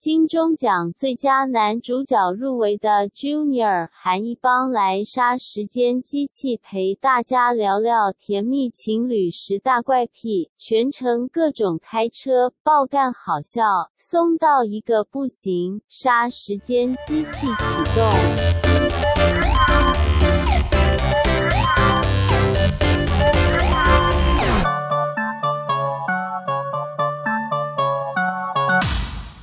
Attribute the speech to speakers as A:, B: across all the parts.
A: 金钟奖最佳男主角入围的 Junior 韩一帮来杀时间机器陪大家聊聊甜蜜情侣十大怪癖，全程各种开车爆干好笑，松到一个不行，杀时间机器启动。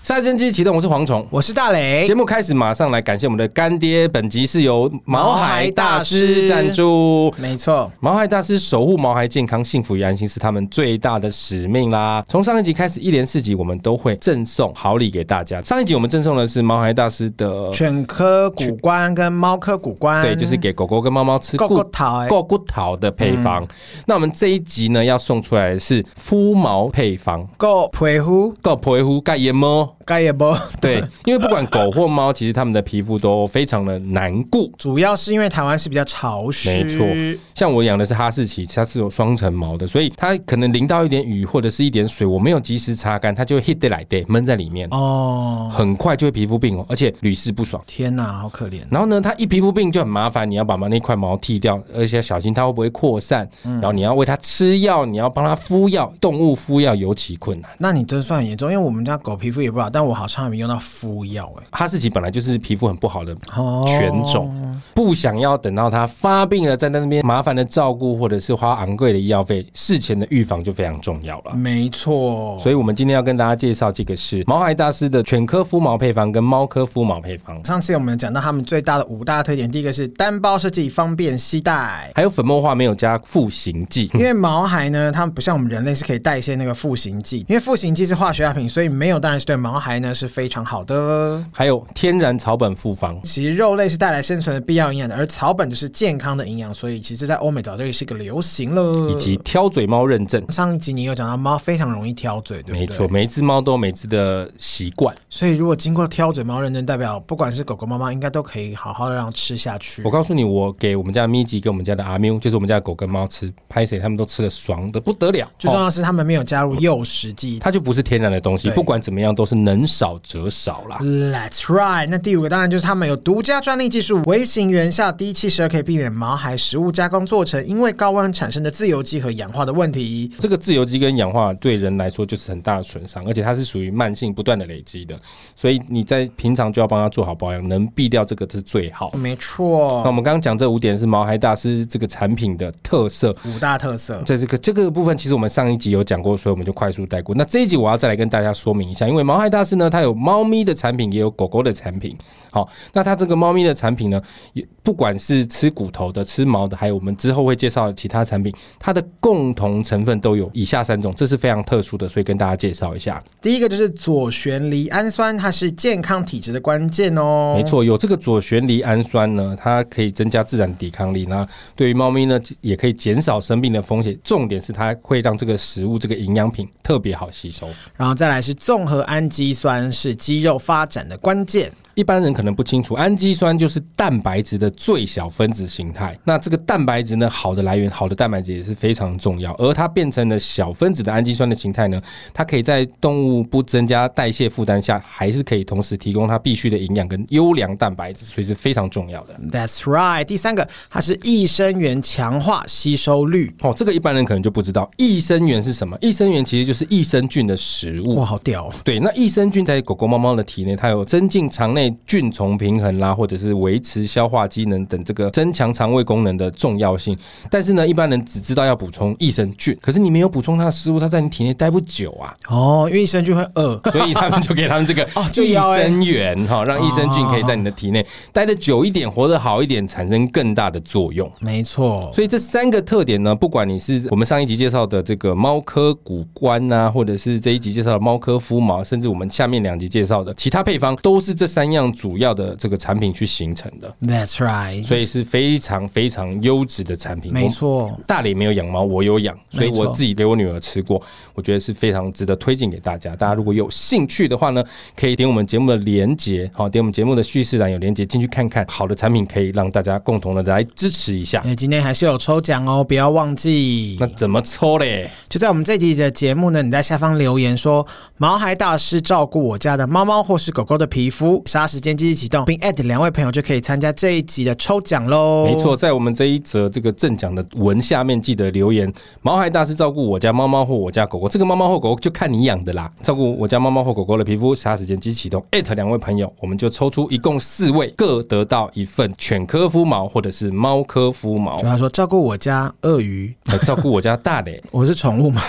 B: 杀间机启动，我是蝗虫。
C: 我是大
B: 节
C: 雷，
B: 目开始，马上来感谢我们的干爹。本集是由毛孩大师
C: 毛孩大师
B: 赞助。
C: 没错，
B: 毛孩大师守护毛孩健康、幸福与安心是他们最大的使命啦！从上一集开始，一连四集我们都会赠送好礼给大家。上一集我们赠送的是毛孩大师的，
C: 犬科骨关跟猫科骨关，
B: 对，就是给狗狗跟猫猫吃
C: 狗嗯
B: 固
C: 狗桃、欸，
B: 够骨桃的配方。那我们这一集呢，要送出来的是肤毛配方，
C: 狗皮肤
B: 够皮肤盖眼猫。
C: 该也不，
B: 对，因为不管狗或猫，其实它们的皮肤都非常的难顾。
C: 主要是因为台湾是比较潮湿，
B: 没像我养的是哈士奇，它是有双层毛的，所以它可能淋到一点雨或者是一点水，我没有及时擦干，它就会 hit 得来 day 闷在里面，
C: 哦，
B: 很快就会皮肤病哦，而且屡试不爽。
C: 天哪，好可怜，
B: 然后呢，它一皮肤病就很麻烦，你要把毛那块毛剃掉，而且要小心它会不会扩散，然后你要喂它吃药，你要帮它敷药，动物敷药尤其困难。
C: 那你真算很严重，因为我们家狗皮肤也不好，但我好像还没用到敷药哎、
B: 哈士奇本来就是皮肤很不好的
C: 哦
B: 犬种，不想要等到它发病了，再在那边麻烦的照顾，或者是花昂贵的医药费，事前的预防就非常重要了。
C: 没错，
B: 所以，我们今天要跟大家介绍这个是毛孩大师的犬科肤毛配方跟猫科肤毛配方，
C: 上次我们讲到他们最大的五大推荐，第一个是单包设计方便携带。
B: 还有粉末化没有加复形剂。
C: 因为毛孩呢，它们不像我们人类是可以代谢那个复形剂，因为复形剂是化学药品，所以没有当然是对毛孩呢是非常好的。
B: 还有天然草本复方，
C: 其实肉类是带来生存的必要营养的，而草本就是健康的营养，所以其实，在欧美早就已经是个流行了。
B: 以及挑嘴猫认证。
C: 上一集你有讲到猫非常容易挑嘴，对不对？嗯
B: 没错，。每一只猫都有每只的习惯。
C: 所以如果经过挑嘴猫认证，代表不管是狗狗、猫猫，应该都可以好好的让它吃下去
B: 我。告哦诉你，我给我们家的咪吉跟我们家的阿喵，就是我们家的狗跟猫吃，拍谁他们都吃的爽的不得了。
C: 最重
B: 哦
C: 要的是，它们没有加入诱食剂。
B: 它就不是天然的东西，
C: 对
B: 不管怎么样都是能少则少啦。
C: Let's right。那第五个当然就是他们有独家专利技术，微型原效低气十二可以避免毛孩食物加工做成因为高温产生的自由基和氧化的问题。
B: 这个自由基跟氧化对人来说就是很大的损伤，而且它是属于慢性不断的累积的，所以你在平常就要帮它做好保养，能避掉这个是最好。
C: 没
B: 那我
C: 错，
B: 们刚刚讲这五点是毛孩大师这个产品的特色，
C: 五大特色。
B: 在这个这个部分，其实我们上一集有讲过，所以我们就快速带过。那这一集我要再来跟大家说明一下，因为毛孩大师呢，它有猫咪的产品，也有狗狗的产品。好，那它这个猫咪的产品呢，也不管是吃骨头的、吃毛的，还有我们之后会介绍的其他产品，它的共同成分都有以下三种，这是非常特殊的，所以跟大家介绍一下。
C: 第一个就是左旋离氨酸，它是健康体质的关键哦。
B: 没，错，有这个左旋离氨酸呢，它可以增加自然抵抗力。那对于猫咪呢，也可以减少生病的风险。重点是它会让这个食物、这个营养品特别好吸收。
C: 然后再来是综合氨基酸，是肌肉发展的关键。
B: 一般人可能不清楚，氨基酸就是蛋白质的最小分子形态。那这个蛋白质呢，好的来源，好的蛋白质也是非常重要。而它变成了小分子的氨基酸的形态呢，它可以在动物不增加代谢负担下，还是可以同时提供它必需的营养跟优良蛋白质，所以是非常重要的。
C: That's right。第三个，它是益生元强化吸收率。
B: 哦，这个一般人可能就不知道，益生元是什么？益生元其实就是益生菌的食物
C: 哇，。好屌、哦！
B: 对，那益生菌在狗狗、猫猫的体内，它有增进肠内菌虫平衡啦，或者是维持消化机能等这个增强肠胃功能的重要性。但是呢，一般人只知道要补充益生菌，可是你没有补充它的食物，它在你体内待不久啊，
C: 哦，因为益生菌会饿。
B: 所以他们就给他们这个
C: 哦就
B: 益
C: 要欸
B: 生元哈、让益生菌可以在你的体内待得久一点，活得好一点，产生更大的作用。
C: 没错，
B: 所以这三个特点呢，不管你是我们上一集介绍的这个猫科骨关啊，或者是这一集介绍的猫科肤毛，甚至我们下面两集介绍的其他配方，都是这三样样主要的这个产品去形成的，
C: That's right，
B: 所以是非常非常优质的产品。
C: 没错，
B: 大理没有养猫，我有养，所以
C: 没错
B: 我自己给我女儿吃过，我觉得是非常值得推荐给大家。大家如果有兴趣的话呢，可以点我们节目的连接，好，点我们节目的叙事栏有连接进去看看。好的产品可以让大家共同的来支持一下。
C: 那哎今天还是有抽奖哦，不要忘记
B: 那。怎么抽嘞？
C: 就在我们这集的节目呢，你在下方留言说毛孩大师照顾我家的猫猫或是狗狗的皮肤，杀时间机器启动，并 at 两位朋友就可以参加这一集的抽奖喽。
B: 没错，，在我们这一则这个正奖的文下面，记得留言“毛孩大师照顾我家猫猫或我家狗狗”，这个猫猫或狗狗就看你养的啦。照顾我家猫猫或狗狗的皮肤，啥时间机启动艾特两位朋友，我们就抽出一共四位，各得到一份犬科肤毛或者是猫科肤毛
C: 主。要说照顾我家鳄鱼，
B: 来照顾我家大的。
C: 我是宠物嘛。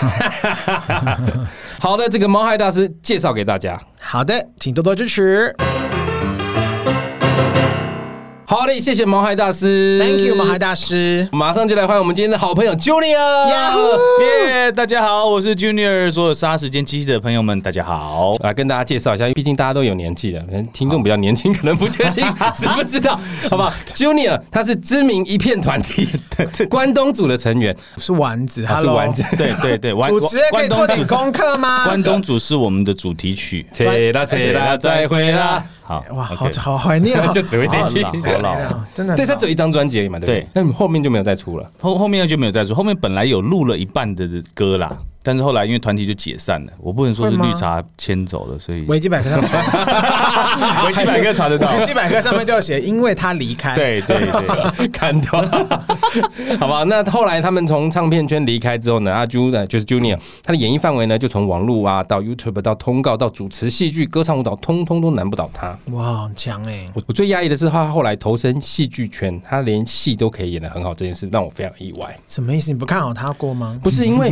B: 好的，这个毛孩大师介绍给大家。
C: 好的，请多多支持
B: 好嘞，谢谢毛孩大师
C: ，Thank you，毛孩大师。
B: 马上就来欢迎我们今天的好朋友 Junior。
C: Yahoo！
D: 耶大家好，我是 Junior，所有杀时间机器的朋友们，大家好。
B: 来啊跟大家介绍一下，因为毕竟大家都有年纪了，可能听众比较年轻，可能不确 定知不知道，好不好？Junior 他是知名一片团体关东组的成 员，
C: 我是丸子
B: 他是
C: ，Hello，
B: 丸子。
D: 对对对，完
C: 主持人可以做点
D: 关东
C: 功课吗？
D: 关东煮是我们的主题曲。
B: 切啦切啦，再会啦！
D: 好，
C: 哇，好
D: OK
C: 好怀念哦， 哎
B: 就只会这句
D: 好，老好 老。
C: 真的很
B: 对他
C: 好
B: 只有一张专辑而已嘛，对不对
D: 对？
B: 那你们后面就没有再出 了。
D: 后后面就没有再出，后面本来有录了一半的歌啦，但是后来因为团体就解散了，我不能说是
C: 会吗
D: 绿茶牵走了，所以
C: 维基百科上面说，
D: 维基百科查得到。
C: 维基百科上面就有写，因为他离开，，
D: 对对 对，
B: 看到， 好吧。那后来他们从唱片圈离开之后呢，阿 Ju 呃呢就是 Junior，他的演艺范围呢就从网络啊到 YouTube 到通告到主持戏剧、歌唱、舞蹈，通通都难不倒他。
C: 哇，很强哎，
B: 我我最压抑的是他后来投身戏剧圈，他连戏都可以演得很好，这件事让我非常意外。
C: 什么意思？你不看好他过吗？
B: 不是因 为，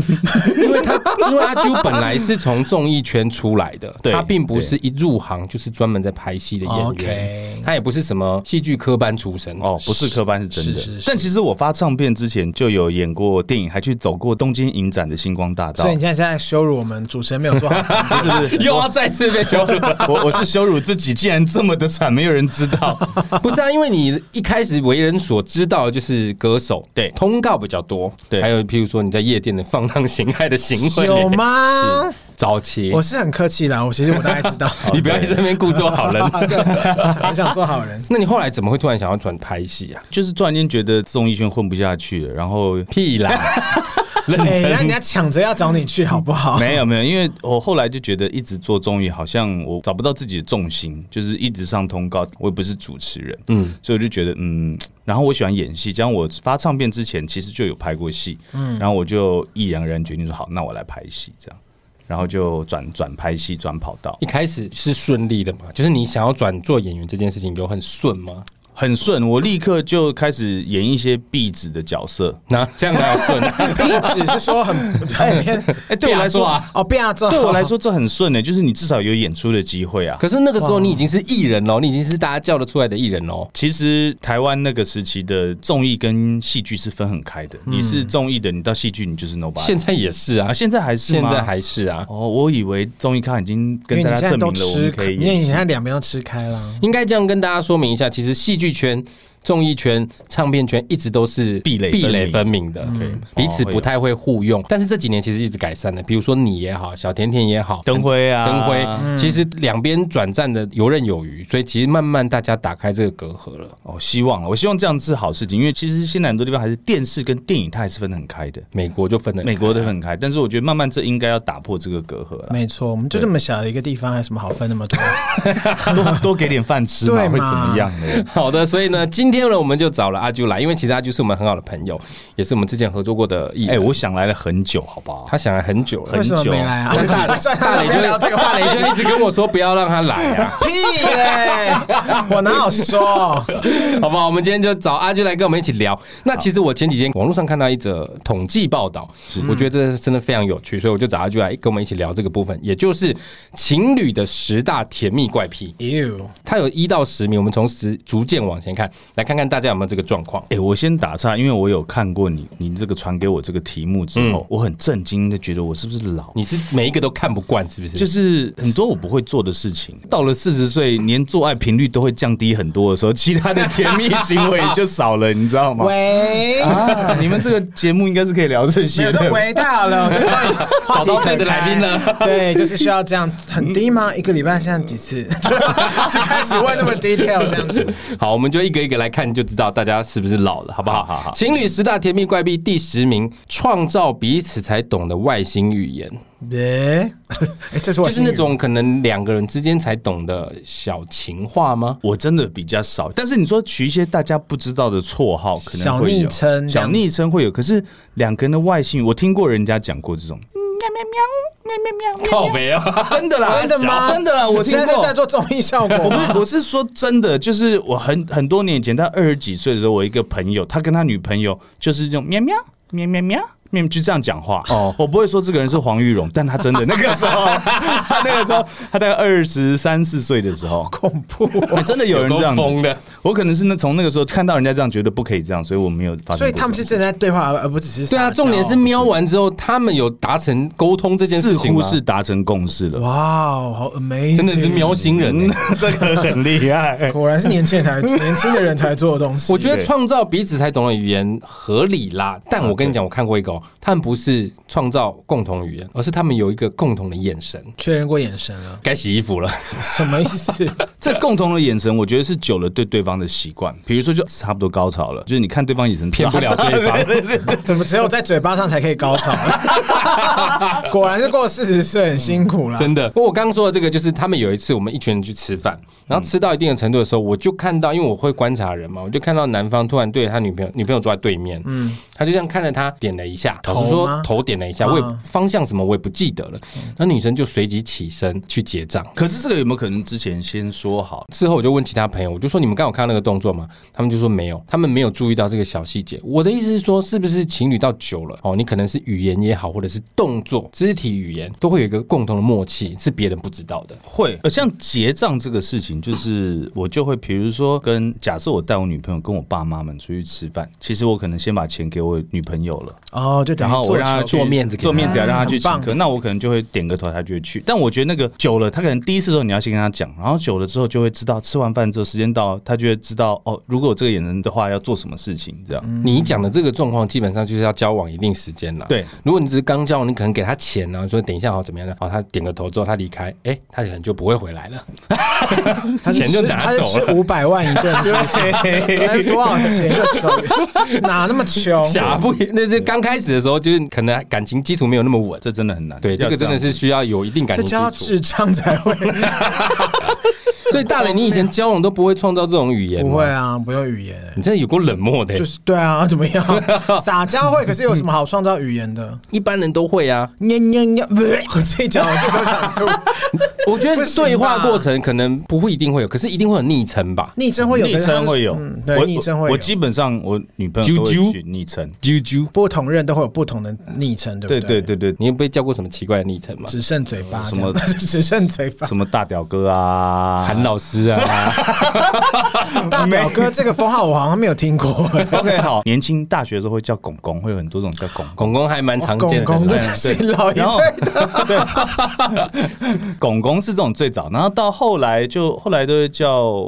B: 因为他因为阿啾本来是从综艺圈出来的，
D: 对
B: 他并不是一入行就是专门在拍戏的演员
C: OK
B: 他也不是什么戏剧科班出身。
D: 哦，不是科班是真
C: 是
D: 的。
C: 是是
D: 但其实我发唱片之前就有演过电影，还去走过东京影展的星光大道
C: 所以。你现在是在羞辱我们主持人没有做好，
D: 不 是不是，
B: 又要再次被羞辱，
D: 我我是羞辱自己，竟然这么的惨，没有人知道。
B: 不是啊？因为你一开始为人所知道的就是歌手，
D: 对
B: 通告比较多，
D: 对
B: 还有譬如说你在夜店的放浪形骸的行
C: 有
B: 为，
C: 吗？
B: 早期
C: 我，是很客气啦，我其实我大概 知道，
B: 你不要一直在那边故作好人。
C: 很想做好 人。
B: 那你后来怎么会突然想要转拍戏啊？
D: 就是突然间觉得综艺圈混不下去了，然 后
B: 屁 啦，认真。
C: 哎，那人家抢着要找你去，好不好？
D: 嗯没有没有，因为我后来就觉得一直做综艺好像我找不到自己的重心，就是一直上通告，我也不是主持人，嗯，所以我就觉得嗯，然后我喜欢演戏，加上我发唱片之前其实就有拍过戏，嗯，然后我就毅然而然决定说好，那我来拍戏这样，然后就转转拍戏转跑道
B: 一，开始是顺利的嘛？就是你想要转做演员这件事情有很顺吗？
D: 很顺，我立刻就开始演一些壁纸的角色，
B: 那、这样还顺、啊？
C: 壁纸是说很很偏
D: 哎、对我
B: 不要
D: 来说
B: 做啊
C: 哦，不要做。
D: 对我来，说这很顺的、就是你至少有演出的机会啊。
B: 可是那个时候你已经是艺人喽，你已经是大家叫得出来的艺人喽。
D: 其实台湾那个时期的综艺跟戏剧是分很开的，你是综艺的，你到戏剧你就是 nobody。
B: 嗯现在也是啊
D: 啊，，现在还是
B: 现
D: 吗
B: 在还是啊。
D: 哦，我以为综艺咖已经
C: 因
D: 跟
C: 为
D: 大
C: 你现
D: 家
C: 在
D: 证
C: 都
D: 明了我
C: 吃
D: 们
C: 开，
D: 可以
C: 因为你
D: 演
C: 现
D: 戏。
C: 在两边都吃开了。
B: 应该这样跟大家说明一下，其实戏剧圈、综艺圈、唱片圈一直都是
D: 壁垒分
B: 壁
D: 明
B: 垒分明的，嗯彼此不太会互用。但是这几年其实一直改善了，比如说你也好，小甜甜也好，
D: 灯辉啊，
B: 灯辉，其实两边转战的游刃有余，所以其实慢慢大家打开这个隔阂了。
D: 哦，希望了，我希望这样是好事情，因为其实现在很多地方还是电视跟电影它还是分得很开的，
B: 美国就分啊了，
D: 美国的分很开，但是我觉得慢慢这应该要打破这个隔阂了，
C: 没错，我们就这么小的一个地方，还有什么好分那么多？
D: 多多给点饭吃嘛，
C: 对嘛
D: 会怎么样呢？
B: 好的，所以呢，今天呢，我们就找了阿啾来，因为其实阿啾是我们很好的朋友，也是我们之前合作过的艺
D: 哎、
B: 人。
D: 我想来了很久，好不好？
B: 他想了很久了
C: 为。什么没来啊？
B: 但大
C: 算了，
B: 大雷
C: 算了不
B: 就
C: 要聊这个话
B: 大
C: 题
B: 雷。就一直跟我说不要让他来 啊，
C: 屁嘞！我哪有说？
B: 好不好？我们今天就找阿啾来跟我们一起聊。那其实我前几天网络上看到一则统计报道，我觉得这真的非常有趣，所以我就找阿啾来跟我们一起聊这个部分，也就是情侣的十大甜蜜怪癖。
C: You
B: 它有一到十名，我们从十逐渐往前看。来看看大家有没有这个状况。
D: 哎、我先打岔，因为我有看过你你这个传给我这个题目之后，我很震惊的觉得我是不是老？
B: 你是每一个都看不惯，是不是？
D: 就是很多我不会做的事情，到了四十岁，连做爱频率都会降低很多的时候，其他的甜蜜行为就少了，你知道吗？
C: 喂，
D: 啊，你们这个节目应该是可以聊这
C: 没
D: 些
C: 有
D: 的
C: 说。围到了，我这个话题
B: 找到对的来宾了
C: 可开对，就是需要这样很低吗？一个礼拜像几次？ 就开始问那么 detail 这样子。
B: 好，我们就一个一个来看，就知道大家是不是老了，好不好？
D: 好好好
B: 情侣十大甜蜜怪癖第十名，创造彼此才懂的外星语言，
C: 诶、 哎这是我
B: 就是那种可能两个人之间才懂的小情话吗？
D: 我真的比较少，但是你说取一些大家不知道的绰号，可能会
C: 小
D: 有
C: 昵称
D: 小昵称会有。可是两个人的外形，我听过人家讲过这种，
B: 靠北啊！
D: 真的啦，
C: 真的吗？
D: 真的啦，我听
C: 现在是
D: 过
C: 在。做综艺效果
D: 我不
C: 吗？
D: 是，我是说真的，就是我很很多年以前，他二十几岁的时候，我一个朋友，他跟他女朋友就是这种喵喵喵喵喵。喵，就这样讲话哦，我不会说这个人是黄玉荣，但他真的那个时 候，他那个时候，他大概二十三四岁的时候，
C: 恐怖。哦
D: 哎真的有人这样
B: 够
D: 子
B: 疯的，
D: 我可能是那从那个时候看到人家这样，觉得不可以这样，所以我没有发生过这种。
C: 所以他们是正在对话，而而不只是
B: 对啊，
C: 撒娇
B: 重点是喵完之后，他们有达成沟通这件
D: 似
B: 事情
D: 乎
B: 吗？
D: 是达成共识了，嗯
C: 哇哦，好 amazing！
B: 真的是喵星人、欸。
D: 这个很厉害。
C: 果然是年轻人才 年轻的人才做的东西。
B: 我觉得创造彼此才懂的语言合理啦，但我跟你讲，我看过一个、哦，他们不是创造共同语言，而是他们有一个共同的眼神。
C: 确认过眼神了，
B: 该洗衣服了，
C: 什么意思？
D: 这共同的眼神，我觉得是久了对对方的习惯。比如说，就差不多高潮了，就是你看对方眼神，
B: 骗不了对 方。
C: 怎么只有在嘴巴上才可以高潮？果然是过四十岁很辛苦了。
B: 真的，不过我刚刚说的这个，就是他们有一次我们一群人去吃饭，然后吃到一定的程度的时候，我就看到，因为我会观察人嘛，我就看到男方突然对他女朋友，女朋友坐在对面，嗯，他就这样看着他点了一下，
C: 头
B: 老实说
C: 吗
B: 头啊点了一下，我也
C: 嗯
B: 方向什么我也不记得了，那女生就随即起身去结账。
D: 可是这个有没有可能之前先说好？
B: 之后我就问其他朋友，我就说你们刚好看到那个动作吗？他们就说没有，他们没有注意到这个小细节。我的意思是说，是不是情侣到久了哦，你可能是语言也好，或者是动作、肢体语言，都会有一个共同的默契，是别人不知道的。
D: 会，呃，像结账这个事情，就是我就会，比如说跟假设我带我女朋友跟我爸妈们出去吃饭，其实我可能先把钱给我女朋友了，
C: 哦，就等
D: 然
C: 于
D: 后我
C: 做
D: 让她
C: 球
D: 去
B: 做面子给她
D: 做面子啊，让她去请
C: 很
D: 客。
C: 棒
D: 那我可能就会点个头，她就会去。但我觉得那个久了，她可能第一次的时候你要先跟她讲，然后久了之后就会知道，吃完饭之后时间到，她就会知道哦，如果有这个眼神的话要做什么事情，这样。
B: 你讲的这个状况，基本上就是要交往一定时间了。
D: 对，
B: 如果你只是刚交往，你可能给他钱然后说等一下哦好怎么样呢？好，他点个头之后他离开，哎、他可能就不会回来了。
C: 他是
B: 钱就
C: 吃
B: 拿
C: 他是
B: 走了
C: 吃五百万一顿，是不是？才多少钱就走了，哪那么穷？
B: 假不，那是刚开始的时候，就是可能感情基础没有那么稳。
D: 这真的很难，
B: 对，
D: 要
B: 这个真的
D: 样
B: 是需要有一定感
C: 这
B: 情
C: 叫
B: 基础。
C: 智障才会，
B: 所以大磊，你以前交往都不会创造这种语言吗
C: 不会，啊，不用语言。
B: 你真的有够冷漠的、
C: 就是对啊，怎么样？撒娇会，可是有什么好创造语言的？
B: 一般人都会啊。
C: 喵喵喵！我这一讲我自己都想吐。
B: 我觉得
C: 不行吧
B: 对话过程可能不会一定会有，可是一定会有昵称吧。
C: 昵称会有，
D: 昵称会有
C: 可是它是嗯，
D: 我
C: 对，昵称会
D: 我
C: 有
D: 我。基本上我女朋友都
B: 啾啾
D: 会取昵称，
B: 啾啾，
C: 不同人都会有不同的昵称，对
D: 对
C: 不
D: 对
C: 对，
D: 对对，
B: 你有被叫过什么奇怪的昵称吗？
C: 只剩嘴巴
D: 什么
C: 这样 只剩嘴巴
D: 什。么大屌哥啊，
B: 韩老师啊，
C: 大表哥这个封号我好像没有听过。
D: OK，好，年轻大学的时候会叫公公，会有很多种叫公
B: 公
D: 公。
B: 公还蛮常见
C: 公
B: 的。对
C: 哦公真的是老一
D: 然后
C: 辈，
D: 对，公公是这种最早，然后到后来就后来都会叫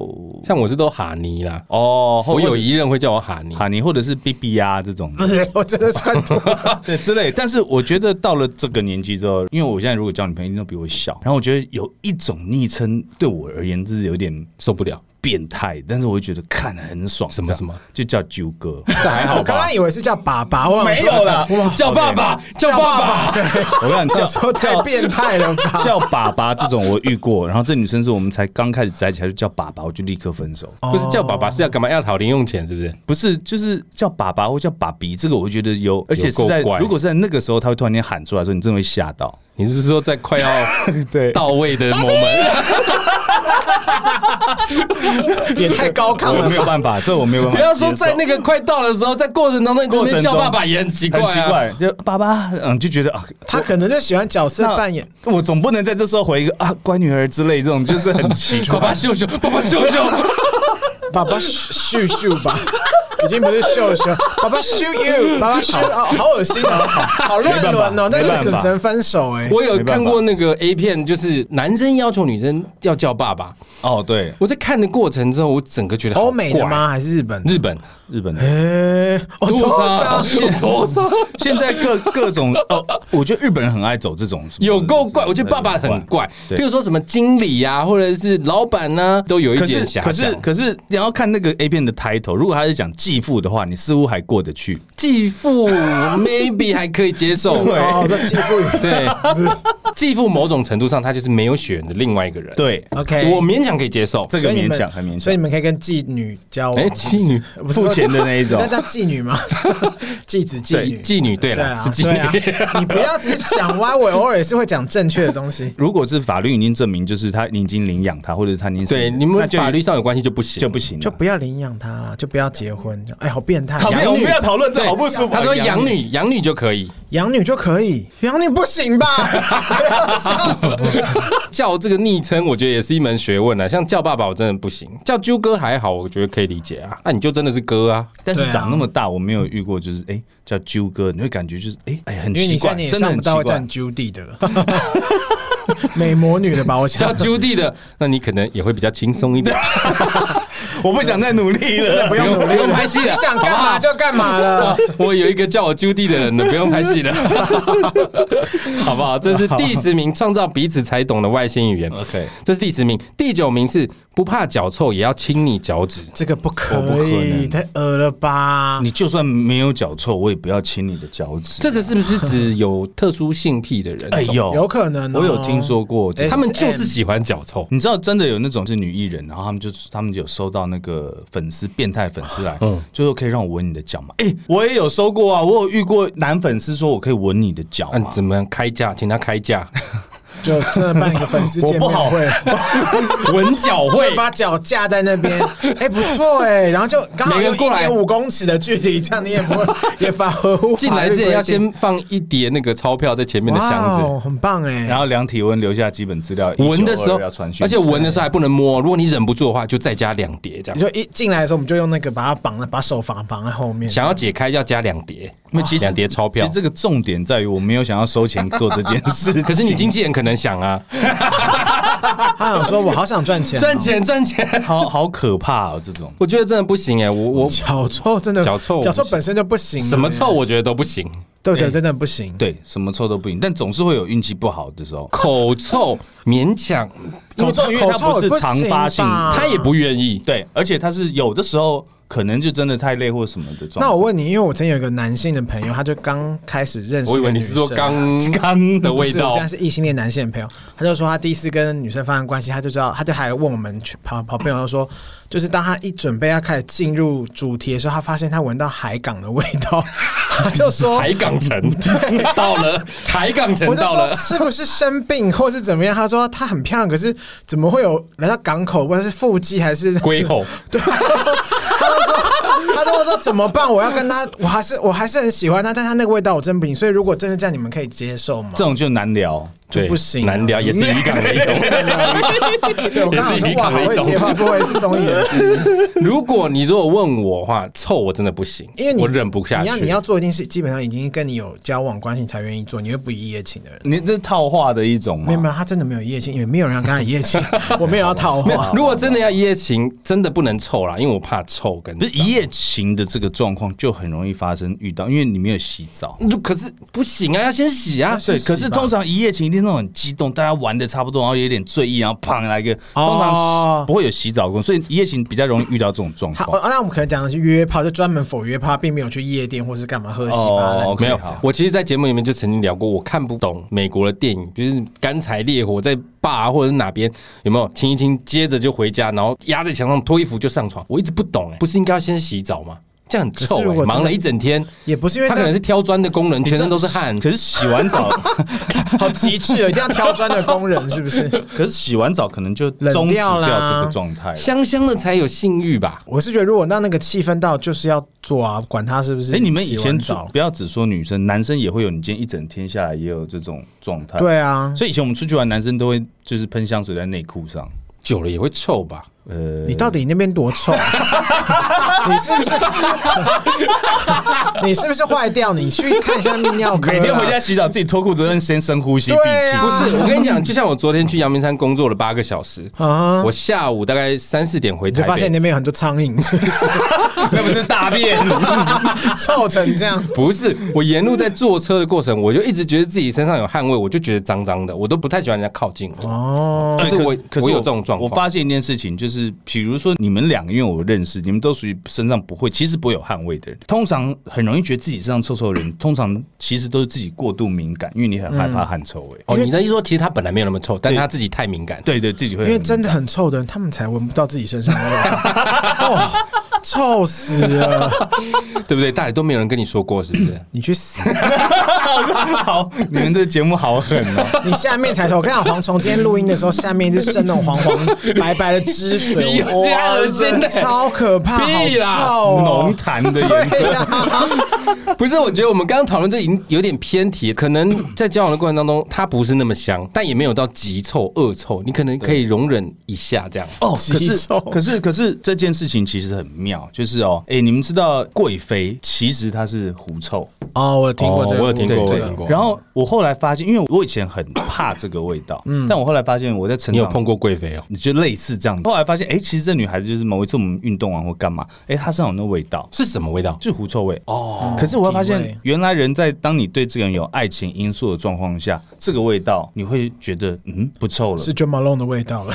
B: 像我是都哈尼啦，
D: 哦，
B: 我有
D: 一
B: 一任会叫我哈尼。
D: 哈尼或者是 BB 呀这 种，
C: 我真的是快吐了。
D: 对之类。但是我觉得到了这个年纪之后，因为我现在如果叫女朋友，一定都比我小。然后我觉得有一种昵称对我而言，就是有点
B: 受不了，
D: 变态，但是我会觉得看得很爽。
B: 什么
D: 这样
B: 什么，
D: 就叫啾哥。
B: 这 还
C: 我刚刚以为是叫爸爸，我
D: 没有啦，
B: 叫爸爸，叫爸爸，
D: 我跟你讲，
C: 想
D: 叫
C: 说，说太变态了吧？
D: 叫爸爸这种我遇过，然后这女生是我们才刚开始在一起，她就叫爸爸，我就立刻分手。
B: 不是叫爸爸是要干嘛？要讨零用钱是不是？
D: 不是，就是叫爸爸或叫爸比，这个我觉得有，而且是在
B: 有够怪
D: 如果是在那个时候，他会突然间喊出来的时候，你真的会吓到。
B: 你是说在快要
D: 对
B: 到位的 moment，
C: 哦也太高亢
D: 我
C: 了
D: 没有
C: 吧？
D: 办法，这我没有办
B: 不
D: 法。
B: 要说在那个快到的时候，在过程当中你
D: 过
B: 直
D: 程
B: 接
D: 中
B: 叫爸爸也很奇怪
D: 很奇
B: 啊。
D: 怪，就爸爸，嗯，就觉得啊，
C: 他可能就喜欢角色扮演，
D: 那我总不能在 这时候回一个啊乖女儿之类这种，就是很奇
B: 爸
D: 怪。
B: 爸秀秀，爸爸秀秀，
C: 爸爸咻咻吧。 已经不是秀秀，爸爸 shoot you，爸爸 shoot，哦，好恶心哦，好乱伦哦，那
D: 没办法
C: 个可能分手哎、
B: 我有
D: 没办
B: 看
D: 法
B: 过那个 A 片，就是男生要求女生要叫爸爸。
D: 哦，对，
B: 我在看的过程之后，我整个觉得好
C: 欧美的
B: 怪？
C: 吗？还是日本？
B: 日本
D: 日本的。
C: 哎、哦，
B: 屠杀
C: 多
B: 屠杀
D: 现在各各种哦，我觉得日本人很爱走这种，什么
B: 有够 怪，我觉得爸爸很。怪。
D: 对
B: 譬如说什么经理呀、或者是老板呢、都有一
D: 可
B: 点
D: 是
B: 遐
D: 可是
B: 想。
D: 可是，你要看那个 A 片的 title，如果他是讲继父的话，你似乎还过得去。
B: 继父 maybe 还可以接 受，
C: 哦，那继父语
B: 对，继父某种程度上他就是没有血缘的另外一个人，，
D: 对，
C: ，OK，
B: 我勉强可以接受。
D: 这
C: 所
D: 个
C: 以你
D: 勉
C: 们
D: 强很勉强。
C: 所以你们可以跟妓女交往，
B: 哎，妓女
C: 不是
D: 付钱的那一 种
C: 那，叫妓女吗？妓子妓女。
B: 妓女，对
C: 对
B: 了，
C: 啊
B: 是，
C: 对
B: 妓女。
C: 啊，你不要只想歪，我偶尔也是会讲正确的东西。
D: 如果是法律已经证明，就是他已经领养他，或者是他已经是
B: 对，你
D: 那
B: 们
D: 就
B: 法律上有关系就不行，
D: 就不行了，
C: 就不要领养他了，就不要结婚。哎，好变态！
D: 啊好没有我们不要讨论这
B: 对
D: 好不舒服
B: 他说
D: 养
B: 养女，养女就可以
C: 养女就可以，养女不行吧？笑死了！
B: 叫这个昵称，我觉得也是一门学问啊。像叫爸爸，我真的不行；叫啾哥还好，我觉得可以理解啊。那你就真的是哥啊，
D: 但是
C: 对啊
D: 长那么大，我没有遇过，就是哎、叫啾哥，你会感觉就是哎哎、很
C: 因为你
D: 奇
C: 现在
D: 怪，
C: 你也
D: 真的
C: 上
D: 很
C: 不
D: 奇
C: 到会
D: 怪
C: 叫。你 Judy 的了， 美魔女了吧？我
B: 叫
C: 想
B: Judy 的，那你可能也会比较轻松一 点。
D: 我不想再努力了，
C: 不用努力
B: 不用拍戏了
C: 你想干嘛就干嘛了。
B: 我有一个叫我 Judy 的人呢，不用拍戏 了，好不好？这是第十名，创造彼此才懂的外星语言。
D: OK，
B: 这是第十名，第九名是不怕脚臭也要亲你脚趾。
C: 这个不可
D: 我不可
C: 以，
D: 能
C: 太恶了吧？
D: 你就算没有脚臭，我也不要亲你的脚趾。
B: 这个是不是指有特殊性癖的人？
D: 哎，呦，
C: 有可能哦
D: 我有听说过，就是
B: 他们就是喜欢脚臭。
D: 你知道真的有那种是女艺人，然后他们就他们有收到那个粉丝变态粉丝来，
B: 嗯
D: 就说可以让我闻你的脚吗？哎、我也有收过啊，我有遇过男粉丝说我可以闻你的脚
B: 那、啊你
D: 吗？
B: 怎么样开价？请他开价，
C: 就真的办一个粉丝见
D: 我不
C: 面
D: 好
C: 会，
B: 闻脚会
C: 就。把脚架在那边， 哎，不错哎，然后就刚好
B: 每个
C: 有
B: 人
C: 一
B: 过来
C: 点五公尺的距离，这样你也不会 也反合 乎
B: 进来之前要先放一叠那个钞票在前面的箱
C: 哇
B: 子。
C: 哦，很棒
D: 然
C: 哎，
D: 后量体温，留下基本资料。
B: 闻的时候
D: 1922要传，讯
B: 而且闻的时候还不能摸，如果你忍不住的话，就再加两叠这
C: 你
B: 样。
C: 就一进来的时候，我们就用那个把它绑了，把手绑绑在后面。
B: 想要解开要加两叠，
D: 那其实
B: 两叠钞票
D: 哎其实。这个重点在于我没有想要收钱做这件事情，
B: 可是你经纪人可能想啊，
C: 他想说，我好想赚钱哦，
B: 赚钱赚钱，
D: 好好可怕哦，这种
B: 我觉得真的不行哎，我我
C: 脚臭真的，
B: 脚臭
C: 脚臭本身就不行，
B: 什么臭？我觉得都不行，
C: 对对，真的不行。
D: 对什么臭都不行，但总是会有运气不好的时候。
B: 口臭勉强，因为
D: 口臭因为它
C: 口臭
D: 不
C: 也
D: 是
C: 不
D: 常
C: 行
D: 发性，
C: 吧
B: 他也不愿意。
D: 对，而且它是有的时候可能就真的太累或什么的状况。
C: 那我问你，因为我曾经有一个男性的朋友，他就刚开始认识，
B: 我以为你是说。刚
D: 刚
B: 的
C: 啊不
B: 味
C: 是，我
B: 道
C: 现在，是异性恋男性的朋友，他就说他第一次跟女生发生关系，他就知道，他就还问我们去跑跑朋友说，就是当他一准备要开始进入主题的时候，他发现他闻到海港的味道，他就说，
B: 海港城 到了，海港城
C: 我就
B: 到
C: 说
B: 了。
C: 是不是生病或是怎么样？他说她很漂亮，可是怎么会有来到港口，或者是腹肌还是
B: 龟吼，
C: 对，他就说，他就说怎么办？我要跟他，我还是我还是很喜欢他，但他那个味道我真不行。所以如果真的这样，你们可以接受吗
D: 这？种就难聊。
C: 就
B: 对，
C: 不行啊
B: 难聊， 也是渔港的一种。也是渔港的一
C: 对，我刚刚说哇，好会接
B: 种。
C: 话，不会是综艺人之 一？
B: 如果你如果问我的话，臭我真的不行，
C: 因为你
B: 我忍不下
C: 你要
B: 去。
C: 你要做一定是基本上已经跟你有交往关系你才愿意做，你会不一夜情的人。
D: 你这是套话的一种
C: 没有没
D: 吗？
C: 有，他真的没有一夜情，因为没有人要跟他一夜情。 我没有要套
B: 没有
C: 话，
B: 如果真的要一夜情，真的不能臭啦，因为我怕臭跟
D: 不是一
B: 夜。
D: 夜情的这个状况就很容易发生遇到，因为你没有洗澡。
B: 就可是不行啊，要先洗啊
C: 要。先
D: 对，
C: 洗
D: 可是
C: 吧
D: 通常一夜情一定那种很激动，大家玩的差不多，然后有点醉意，然后砰来一个，通
C: 哦
D: 常不会有洗澡工，所以一夜情比较容易遇到这种状
C: 他
D: 况
C: 哦。那我们可能讲的是约炮，就专门否约炮，并没有去夜店或是干嘛喝喜巴烂
D: 哦
C: 醉
B: 没有
C: 这样，
B: 我其实，在节目里面就曾经聊过，我看不懂美国的电影，就是干柴烈火在坝或者是哪边有没有亲一亲，接着就回家，然后压在墙上脱衣服就上床，我一直不懂、欸，不是应该要先洗澡吗？这样很臭、
C: 可是如
B: 欸，
C: 果真的
B: 忙了一整天，
C: 也不是因为
B: 他可
C: 那
B: 能是挑砖的工人，全身都是汗。
D: 可是洗完澡，
C: 好极致哦，一定要挑砖的工人是不是？
D: 可是洗完澡可能就
C: 冷
D: 终止
C: 掉
D: 掉
C: 啦
D: 这个状态了。
B: 香香的才有性欲吧？
C: 我是觉得，如果让那个气氛到，就是要做啊，管他是不是。
D: 哎，你们以前做
C: 澡，
D: 不要只说女生，男生也会有，你今天一整天下来也有这种状态。，
C: 对啊，
D: 所以以前我们出去玩，男生都会就是喷香水在内裤上。
B: 久了也会臭吧？
D: 呃，
C: 你到底那边多臭、 你是不是？ 你是不是坏掉？你去看一下泌尿科啊。
D: 每天回家洗澡，自己脱裤子，让先深呼吸，闭
C: 对
D: 气。
C: 啊
B: 不是，我跟你讲，就像我昨天去阳明山工作了八个小时，
C: 啊
B: 我下午大概三四点回
C: 你就
B: 台
C: 发现
B: 北。
C: 那边有很多苍蝇， 是不是？
D: 那不是大便。
C: 臭成这样。
B: 不是，我沿路在坐车的过程，我就一直觉得自己身上有汗味，我就觉得脏脏的，我都不太喜欢人家靠近我。
C: 哦，
B: 就是我
D: 可可是
B: 我有这种状况
D: 我发现一件事情，就是比如说你们两个，因为我认识，你们都属于身上不会，其实不会有汗味的人。通常很容易觉得自己身上臭臭的人，通常其实都是自己过度敏感，因为你很害
C: 嗯
D: 怕汗臭味。
B: 哦，你的意思说，其实他本来没有那么臭，但他自己太敏感。
D: 对对，自己会
C: 因
D: 很
C: 为真的很臭的人，他们才闻不到自己身上的味 道。哦，臭死了！
B: 对不对？大理都没有人跟你说过，是不是？
C: 你去死！
D: 好，你们这节目好狠哦！
C: 你下面才臭。我跟你讲，蝗虫今天录音的时候，下面一直渗那种黄黄白白的汁 水，
B: 你这样恶心的
C: 超可怕，
B: 屁啦
C: 好 臭哦！
D: 浓痰的颜 色，
C: 对啊，
B: 不是，我觉得我们刚刚讨论这已经有点偏题，可能在交往的过程当中，它不是那么香，但也没有到极臭、恶臭，你可能可以容忍一下这样。
D: 哦，可
C: 极
D: 是
C: 臭
D: 可是可是这件事情其实很妙，就是哦，哎、你们知道贵妃其实她是狐臭，
C: 哦，我有听过这个，
B: 哦我有听过，
C: 对
B: 我
C: 对
B: 有听过。
D: 然后我后来发现，因为我以前很怕这个味道，但我后来发现我在成
B: 嗯你有
D: 长，
B: 碰过贵妃哦？
D: 你就类似这样，后来发现，哎、其实这女孩子就是某一次我们运动完或干嘛，哎、她身上有那味道，
B: 是什么味道？
D: 就是狐臭味
B: 哦，
D: 可是我会发
C: 体味
D: 现，原来人在当你对这个人有爱情因素的状况下，这个味道你会觉得嗯不臭了，
C: 是 John Malone 的 味道了，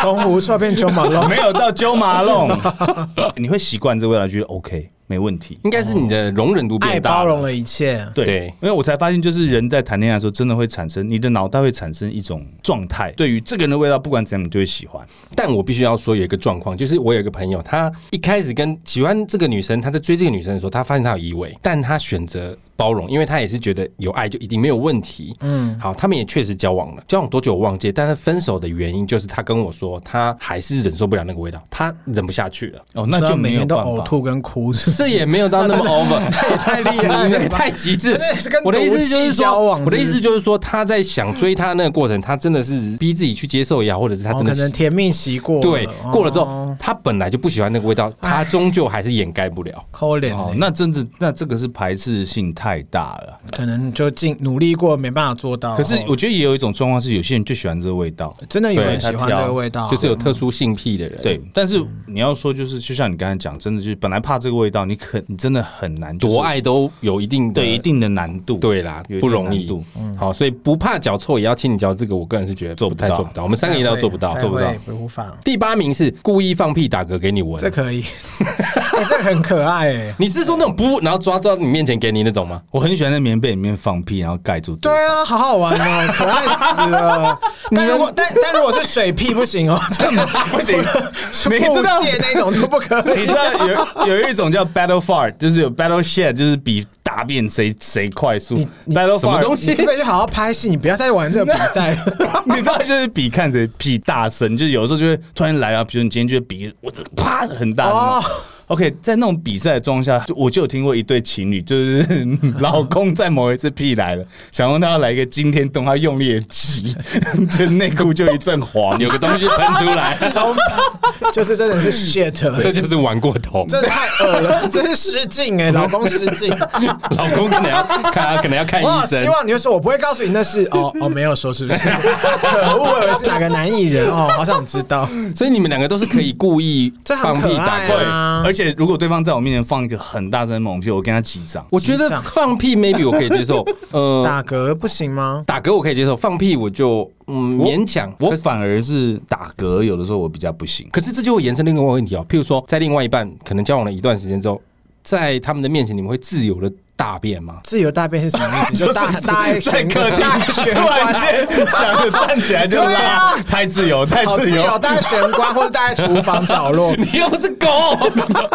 C: 从狐臭变 John Malone。
D: 没有到揪马龙， 你会习惯这个味道，觉得 OK 没问题。
B: 应该是你的容忍度
C: 爱
B: 变大
C: 包容
B: 了。
C: 了一切，
D: 对，
B: 对
D: 因为我才发现，就是人在谈恋爱的时候，真的会产生你的脑袋会产生一种状态，对于这个人的味道，不管怎样，你就会喜欢。
B: 但我必须要说有一个状况，就是我有一个朋友，他一开始跟喜欢这个女生，他在追这个女生的时候，他发现他有异味，但他选择包容，因为他也是觉得有爱就一定没有问题。嗯，好，他们也确实交往了，交往多久我忘记了，但是分手的原因就是他跟我说，他还是忍受不了那个味道，他忍不下去了。
D: 哦，那
C: 所以他
D: 就
C: 每
D: 没有
C: 天都
D: 办
C: 呕
D: 法。
C: 吐跟哭，是不哦 是
B: 这也没有到那么 over，也 太厉
C: 害了 吧
B: 那个太极致
C: 真的是。跟
B: 我的意思就
C: 毒
B: 是
C: 气交
B: 说
C: 往，
B: 我的意
C: 是不
B: 思
C: 是
B: 就是说，他在想追她那个过程，他真的是逼自己去接受也好，或者是他
C: 哦
B: 真
C: 可
B: 的
C: 能
B: 是
C: 甜蜜期过了，
B: 对，过了之后
C: 哦，哎
B: 他本来就不喜欢那个味道，他终究还是掩盖不了。
C: 抠脸
D: 哦
C: 欸，，
D: 那真的，那这个是排斥性太大了。
C: 可能就尽努力过，没办法做到。
D: 可是
C: 哦
D: 我觉得也有一种状况是，有些人就喜欢这个味道，
C: 真的有人
D: 对
C: 喜欢
D: 他
C: 这
D: 挑
C: 个味道，
B: 就是有特殊性癖的人，
D: 对。
C: 嗯
D: 但是你要说，就是就像你刚才讲，真的就是本来怕这个味道，你可你真的很难就是
B: 夺爱都有一定的
D: 对一定的难度，
B: 对啦
D: 有，一定
B: 不容易
D: 难度。
C: 嗯
B: 好，所以不怕脚臭也要亲你脚，这个我个人是觉得
D: 做
B: 不
D: 不
B: 太
D: 到
B: 做不到。我们三个一定要做不到
C: 太，
B: 做不到
C: 会。，不无法。
B: 第八名是故意放屁打嗝给你闻
C: 这，可以， 哎，这个很可爱哎。
B: 你是说那种不，然后抓到你面前给你那种 吗？
D: 我很喜欢在棉被里面放屁，然后盖住。
C: 对，啊，好好玩哦，可爱死了。但如果但但如果是水屁不行哦，就是
D: 不行。
C: 是
D: 你
C: 腹
D: 知道
C: 泻那种就不可 以。
D: 你知道有有一种叫 battle fart，就是有 battle shit，就是比大便谁谁快速。battle
B: 什么
D: fart
B: 东西
C: 你可不可以去好好拍戏？你不要再玩这个比赛了。
D: 你知道就是比看谁屁大声，就是有时候就会突然来啊，比如你今天就会比我这啪很大声。
C: 哦
D: OK，在那种比赛的状况下，就我就有听过一对情侣，就是老公在某一次屁来了， 想让他来一个惊天动，他用力的挤， 就内裤就一 阵黄。
B: 有个东西喷出来，
C: 就是真的是 shit 了，
B: 这就是玩过头。
C: 真的太恶了，这是失敬哎，老公失敬。
B: 老公可能要看，可能要看
C: 我好
B: 医生
C: 希。望你就说，我不会告诉你那是哦哦，没有说是不是？ 可恶，我以为是哪个男艺人哦，好想知道。
B: 所以你们两个都是可以故意
C: 这很
B: 放屁打
C: 可爱
B: 嗝
C: 啊。
D: 而且如果对方在我面前放一个很大声的猛屁，我跟他击掌。
B: 我觉
C: 智
B: 得
C: 障
B: 放屁 maybe 我可以接受，呃，
C: 打嗝不行吗？
B: 打嗝我可以接受，放屁我就嗯
D: 我
B: 勉强。
D: 我
B: 可是
D: 反而是打嗝，有的时候我比较不行。
B: 可是这就会延伸另外一个问题哦，譬如说在另外一半可能交往了一段时间之后，在他们的面前，你们会自由的大便 吗？
C: 自由大便是什么意思？就大大爱
D: 在
C: 玄
D: 客厅
C: 大爱玄
D: 突然
C: 关，
D: 间想着站起来就
C: 对
D: 拉，
C: 啊
D: 太自由，太
C: 好
D: 自
C: 自
D: 由
C: 由，。大爱玄关或者大爱厨房角落。
B: 你又不是狗，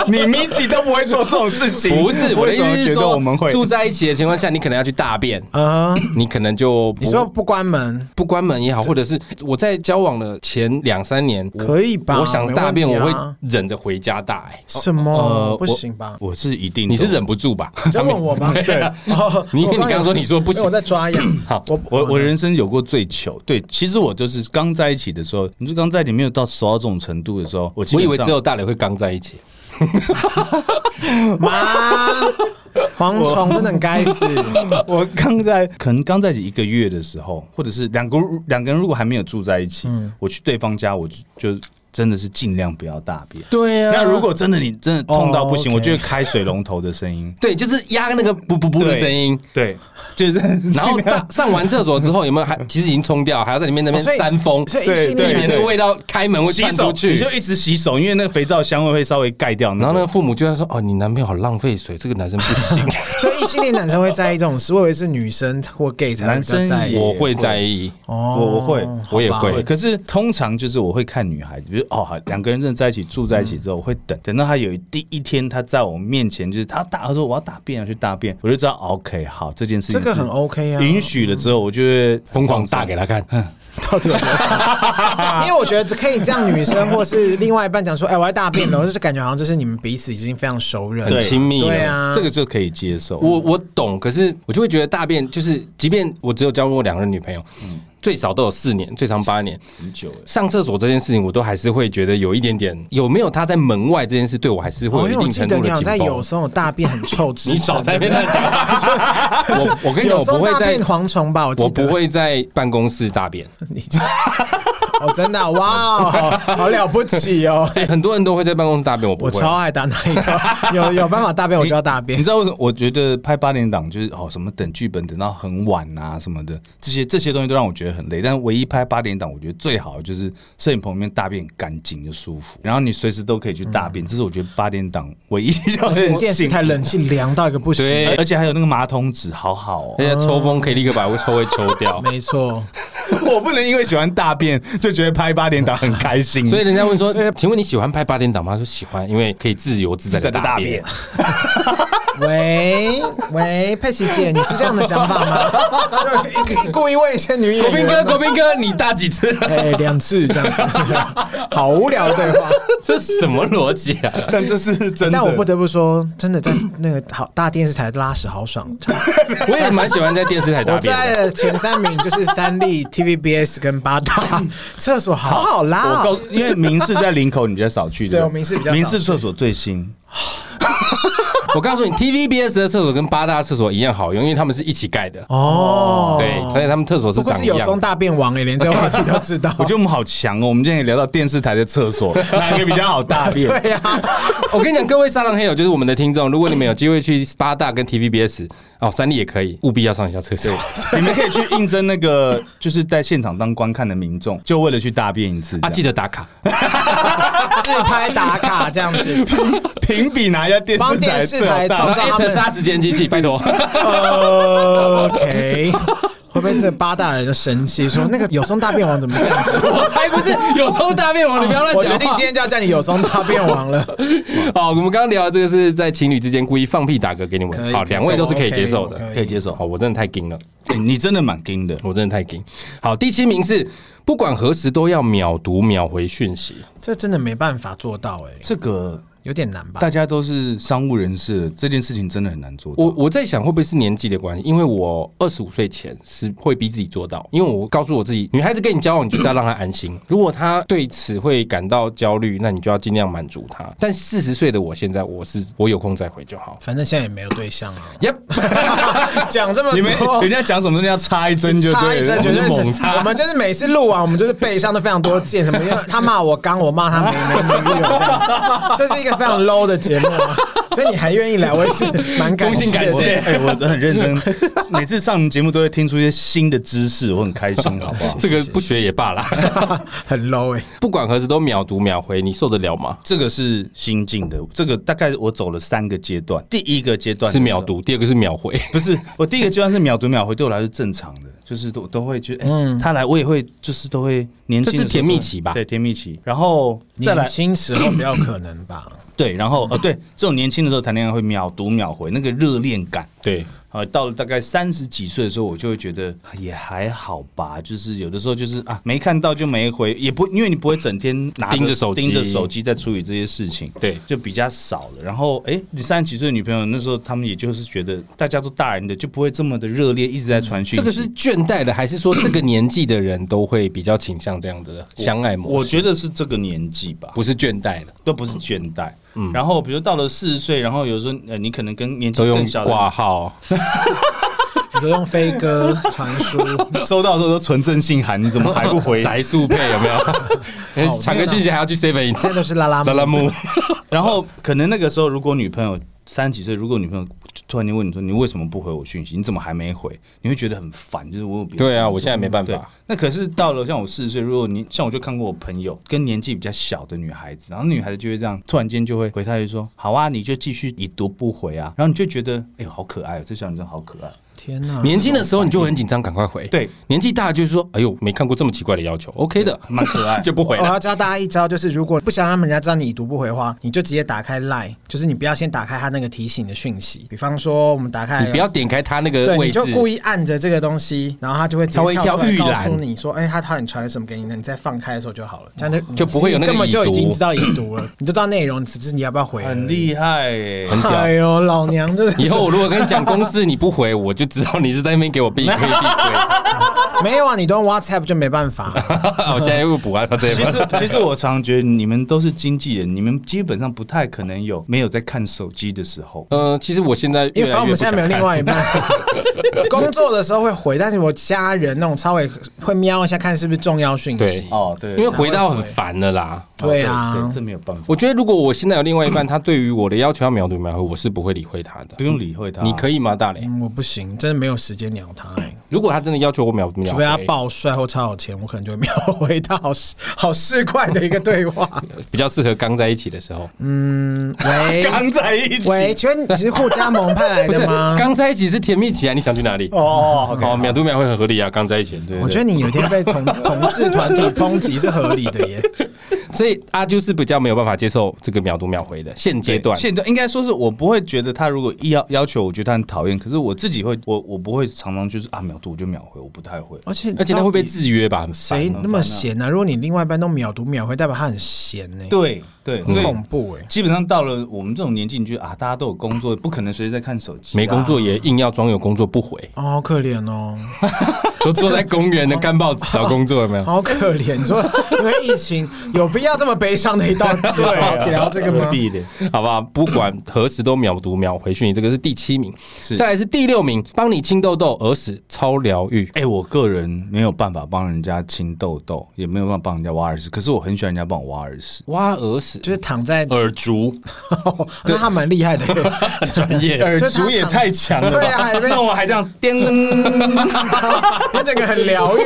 D: 你米奇都不会做这种事情，
B: 不 是我的
D: 为
B: 意思
D: 什么
B: 是
D: 觉得
B: 说，
D: 我们会？
B: 住在一起的情况下，你可能要去大便，
C: 啊，
B: 你可能就不
C: 你说不关门
B: 不关门也好，或者是我在交往的前两三年，我
C: 可以吧？
B: 我想
C: 没
B: 大便，
C: 问
B: 我
C: 题
B: 会
C: 啊
B: 忍着回家大、欸。
C: 嗯什么？不行吧？
D: 呃我是一定的，
B: 你是忍不住吧？
C: 你在问我吗？
B: 对啊
C: 哦
B: 你
C: 我
B: 你刚刚说你说不
C: 因
B: 行
C: 为我在抓痒。
B: 好
C: 我
D: 我我人生有过最糗，对，其实我就是刚在一起的时候，你就刚在一起没有到熟到这种程度的时候，我基
B: 我
D: 本
B: 以为
D: 上
B: 只 有大磊会刚在一起，
C: 妈，蝗虫真的很该死。
D: 我刚在可能刚在一起一个月的时候，或者是两个两个人如果还没有住在一起，
C: 嗯
D: 我去对方家，我就就真的是尽量不要大便。
B: 对
D: 那如果真的你真的痛到不行，
C: 哦，OK
D: 我就会开水龙头的声 音，
B: 对，就是压那个噗噗噗的
D: 对
B: 声音，
D: 对， 就是
B: 然后大上完厕所之后有没有还其实已经冲掉，还要在里面那边
C: 哦所以
B: 扇风，
C: 所以异
D: 对
C: 性
D: 对
B: 你
C: 恋
B: 那个
C: 人
B: 味道开门会
D: 洗
B: 窜
D: 手
B: 出
D: 你
B: 去
D: 就。一直洗手，因为那个肥皂香味会稍微盖掉、
B: 然后
D: 那
B: 那
D: 个
B: 个父母就在说：“哦，你男朋友好浪费水，这个男生不 行。
C: 所以异性恋男生会在意这种事，我以为是女生或 gay 才会比较在
D: 男
C: 意。
D: 生”
B: 我会在意，
C: 哦，
D: 我我会
B: 我也
C: 好吧
B: 会
D: 对，可是通常就是我会看女孩子，比如哦，好两个人真的在一起住在一起之后，我会等等到她有一第一天，她在我面前就是她大，她说我要大便要去大便，我就知道哦 OK，好这件事情
C: 这个
D: 是
C: 很 OK 啊，
D: 允许了之后，我就会
B: 疯狂大给他看。
C: 到底有多少？ 因为我觉得可以这样，女生或是另外一半讲说：“哎、我要大便 了。”我就是感觉好像就是你们彼此已经非常熟人，
B: 很亲密了
C: 对啊，
D: 这个就可以接受。
B: 我我懂，可是我就会觉得大便就是，即便我只有交过两任女朋友，
C: 嗯
B: 最少都有四年，最长八年。
D: 很久了，
B: 上厕所这件事情，我都还是会觉得有一点点，有没有他在门外这件事，对我还是会
C: 哦，
B: 有一
C: 因为我
B: 定
C: 记
B: 程
C: 得
B: 度
C: 你
B: 的
C: 好像
B: 紧
C: 在有
B: 绷。
C: 时候大便很臭之
B: 你少在那边乱讲话。 我我跟你讲，
C: 有
B: 我
C: 时
B: 不
C: 候
B: 会
C: 大
B: 在
C: 便，蝗虫吧，我记得
B: 我不，会在办公室大便。
C: 你就 哦，真的啊哇哦，好好了不起哦！
B: 哎，很多人都会在办公室大便，我不
C: 我
B: 会。
C: 超爱打那一套，有有办法大便我就要大
D: 你
C: 便
D: 知。道为什么？我觉得拍八点档就是哦，什么等剧本等到很晚啊什么的，这些这些东西都让我觉得很累。但唯一拍八点档，我觉得最好的就是摄影棚里面大便干净又舒服，然后你随时都可以去大便，这是我觉得八点档唯一
C: 嗯
D: 让
C: 而且电视
D: 幸福
C: 台冷气凉到一个不行，
B: 对
D: 而，而且还有那个马桶纸，好好哦
B: 而。且
C: 哎
B: 抽风可以立刻把臭味抽掉。
C: 没错，
D: 我不能因为喜欢大便就觉得拍八点档很开心，
B: 所以人家问说
C: 所以：“
B: 请问你喜欢拍八点档吗？”他说：“喜欢，因为可以自由自在的
D: 在
B: 大
D: 大
B: 便
D: 便。。
C: 喂喂，佩奇姐，你是这样的想法吗？ 就故意问一些女
B: 国
C: 演员。
B: 斌哥，国斌哥，你大几次 了？
C: 哎，两次这样子， 好无聊的对话。
B: 这什么逻辑啊？
D: 但这是真的。
C: 但我不得不说，真的在那个好大电视台拉屎好爽。
B: 我也蛮喜欢在电视台
C: 我
B: 大
C: 最
B: 便
C: 爱
B: 的。
C: 的前三名就是三立、TVBS 跟八 大厕所，好好拉
D: 我告
C: 哦。
D: 诉，因为民事在林口，你比较少去。
C: 对
D: 不
C: 我民视比较少
D: 民事厕所最新，
B: 我告诉你，TVBS 的厕所跟八大厕所一样好用，因为他们是一起盖的。
C: 哦，
B: 对，所以他们厕所是
C: 不过
B: 长
C: 是
B: 一
C: 有
B: 样
C: 松
B: 的。
C: 大便王哎，连这个话题都知道。
D: 我觉得我们好强哦。我们今天也聊到电视台的厕 所，哪一个比较好大便？
C: 对呀，
B: 我跟你讲，各位沙浪黑友就是我们的听众，如果你们有机会去八大跟 TVBS 哦，三立也可以，务必要上一下厕所。啊
D: 你们可以去应征那个，就是在现场当观看的民众，就为了去大便一次。
B: 啊，记
D: 得
B: 得打卡。
C: 自拍打卡这样子，
D: 评比哪一家电视
C: 帮
D: 台
C: 电视
D: 最好
C: 台
D: 大
B: 然
C: 创
B: 后
C: 造他
B: at
C: 们
B: 杀时间机器，拜 托。
C: OK，会不会这八大人就生气说那个有松大便王怎么这样子？
B: 我才不是有时候大便王，你不要乱
C: 啊我决
B: 讲
C: 定
B: 话
C: 今。天就要叫你有松大便王了。
B: 好，我们刚刚聊的这个是在情侣之间故意放屁打嗝给你
C: 可
B: 们，
C: 以
B: 好，
C: 可以
B: 两位都是可以接受
C: 我 OK，我
B: 的。
D: 可以接受。
B: 好，我真的太硬了，
D: 欸你真的蛮硬的，
B: 我真的太硬。好，第七名是不管何时都要秒读秒回讯息，
C: 这真的没办法做到哎、
D: 这个
C: 有点难吧
D: 大？家都是商务人士，这件事情真的很难做到。
B: 我我在想会不会是年纪的关系，因为我二十五岁前是会逼自己做到，因为我告诉我自己，女孩子跟你交往，你就是要让她安心。如果她对此会感到焦虑，那你就要尽量满足她。但四十岁的我现在，我是我有空再回就好。
C: 反正现在也没有对象啊，
B: Yep，
C: 讲这么
D: 你们
C: 多
D: 人。家讲什么东西要插一针就
C: 插
D: 对
C: 一
D: 了
C: 针，绝对是
B: 我们猛插
C: 我们就是每次录完，我们就是背上都非常多件，什么因为他骂我刚，我骂他没没没有这样，就是一个非常 low 的节目啊。所以你还愿意来，我也是蛮感
B: 衷心
C: 谢的。
B: 感
D: 我
B: 谢
D: 哎、我都很认真，每次上你们节目都会听出一些新的知识，我很开心，好不好？
B: 这个不学也罢啦。
C: 很 low 哎、
B: 不管何时都秒读秒回，你受得了吗？
D: 这个是新进的，这个大概我走了三个阶段。第一个阶段
B: 是秒，读，第二个是秒 回。
D: 不是我第一个阶段是秒读秒回，对我来说是正常的，就是都都会觉得，哎、他来我也会就是都会年轻的时
B: 嗯
D: 候
B: 这是甜蜜期吧
D: 对，甜蜜期。然后再来
C: 年，轻时候比较可能吧。
D: 对，然后呃，对，这种年轻的时候谈恋爱会秒读秒回，那个热恋感。
B: 对，
D: 啊，到了大概三十几岁的时候，我就会觉得哎也还好吧，就是有的时候就是啊，没看到就没回，也不因为你不会整天拿
B: 盯着手机
D: 盯着手机在处理这些事情，
B: 对
D: 就比较少了。然后，哎、你三十几岁的女朋友那时候，他们也就是觉得大家都大人的，就不会这么的热烈，一直在传讯息。
B: 这个是倦怠的，还是说这个年纪的人都会比较倾向这样子的相爱模
D: 我
B: 式？
D: 觉得是这个年纪吧，
B: 不是倦怠的，
D: 都不是倦怠。然后比如到了四十岁，然后有时候呃，你可能跟年
B: 嗯
D: 纪
B: 都用
D: 更小的
B: 挂号，
C: 你就用飞 鸽传书，
D: 收到的时候都纯正信函，你怎么还不 回？
B: 宅速配有 没有？传个讯息还要去 seven
C: 现在都是拉拉
B: 拉拉
C: 木。
B: 木，
D: 然后可能那个时候，如果女朋友三十几岁，如果女朋友突然间问你说你为什么不回我讯息，你怎么还没回？你会觉得很烦，就是我有别的
B: 对啊，我现在没办
D: 对
B: 法。，
D: 那可是到了像我四十岁，如果你像我就看过我朋友跟年纪比较小的女孩子，然后女孩子就会这样，突然间就会回她就说：“好啊，你就继续已读不回啊。”然后你就觉得，哎呦，好可爱哦，这小女生好可爱。
C: 天哪！
B: 年轻的时候你就很紧张，赶快回。
D: 对，
B: 年纪大就是说，哎呦，没看过这么奇怪的要求，OK 的，
D: 蛮可爱
B: 就不
C: 哦我
B: 回了。
C: 要教大家一招，就是如果不想让人家知道你已读不回的话，你就直接打开 Line，就是你不要先打开他那个提醒的讯息。比方说，我们打开，
B: 你不要点开他那个
C: 哎对，
B: 位
C: 你
B: 置
C: 就，故意按着这个东西，然后他就会直
B: 它
C: 接
B: 会
C: 跳
B: 跳
C: 出来
B: 预
C: 告
B: 览哦
C: 诉你说，哎、他他你传了什么给你呢？你再放开的时候就好了，这样就
B: 就不会有那个
C: 你根本就
B: 已
C: 已
B: 读
C: 经知道已读了，你就知道内容，只是你要不要回而已。
D: 很厉害耶、
B: 很屌
C: 哎。呦，老娘就是
B: 以后我如果跟你讲公司你不回，我就知道你是在那边给我避亏避 亏。
C: 没有啊，你都用 WhatsApp 就没办法。啊
B: 我现在又补啊完他这一
D: 其
B: 份。
D: 实，其实我常觉得你们都是经纪人，你们基本上不太可能有没有在看手机的时候。
B: 呃，其实我现在
C: 因
B: 越
C: 为
B: 来
C: 反正我
B: 越
C: 们
B: 不
C: 现在
B: 想
C: 没有另
B: 看
C: 外一半， 工作的时候会回，但是我家人那种稍微会瞄一下看是不是重要讯
B: 对
C: 息。
D: 哦，对
B: 因为回到很烦了啦。
C: 对
D: 对
C: 啊，
D: 这没有办法，
B: 我觉得如果我现在有另外一半，他对于我的要求要秒读秒回，我是不会理会他的
D: 不。用理
C: 啊
D: 会他。
B: 你可以吗，大雷？
C: 嗯我不行，真的没有时间鸟他、欸，
B: 如果他真的要求我秒读秒
C: 除
B: 回
C: 非，他暴帅或超有钱，我可能就会秒回他好市好市侩的一个 对话。
B: 比较适合刚在一起的时候，
C: 嗯，喂
D: 刚在一起
C: 喂，请问你是互加盟派来
B: 不是
C: 的哎吗？
B: 刚在一起是甜蜜期啊？你想去哪里？
D: 哦
B: 哦，秒读秒回很合理啊，刚在一起。
C: 我觉得你有一天被同同志团体抨击是合理 的耶。
B: 得，所以阿啾是比较没有办法接受这个秒读秒回的现阶
C: 哎
B: 段。
D: 现在应该说是我不会觉得他如果一要要求，我觉得他很讨厌。可是我自己会，我我不会常常就是啊秒读我就秒回，我不太会。
C: 而且
B: 而且他会被制约吧？很烦
C: 谁那么闲呢、啊？如果你另外一半都秒读秒回，代表他很闲呢、
D: 对对，所
C: 很
D: 以
C: 恐怖哎、
D: 嗯基本上到了我们这种年纪，你觉得啊大家都有工作，不可能随时在看手机啊。
B: 没工作也硬要装有工作不回，
C: 哦，好可怜哦，
B: 都坐在公园的干报纸找工作有没有？
C: 好可怜！你说因为疫情，有必要这么悲伤的一段节
D: 啊
C: 目聊这个吗
D: 何？必的？
B: 好不好？不管何时都秒读秒回讯息，这个是第七名，再来是第六名，帮你清痘痘，耳屎超疗愈。
D: 哎、我个人没有办法帮人家清痘痘，也没有办法帮人家挖耳屎，可是我很喜欢人家帮我挖耳屎。
B: 挖耳屎
C: 就是躺在，哦
B: 耳烛，
C: 那他蛮厉害的，很专业
D: 耳烛 也太强了吧！
C: 对啊因为
D: 那我还这样颠，
B: 嗯
C: 他整个很疗愈。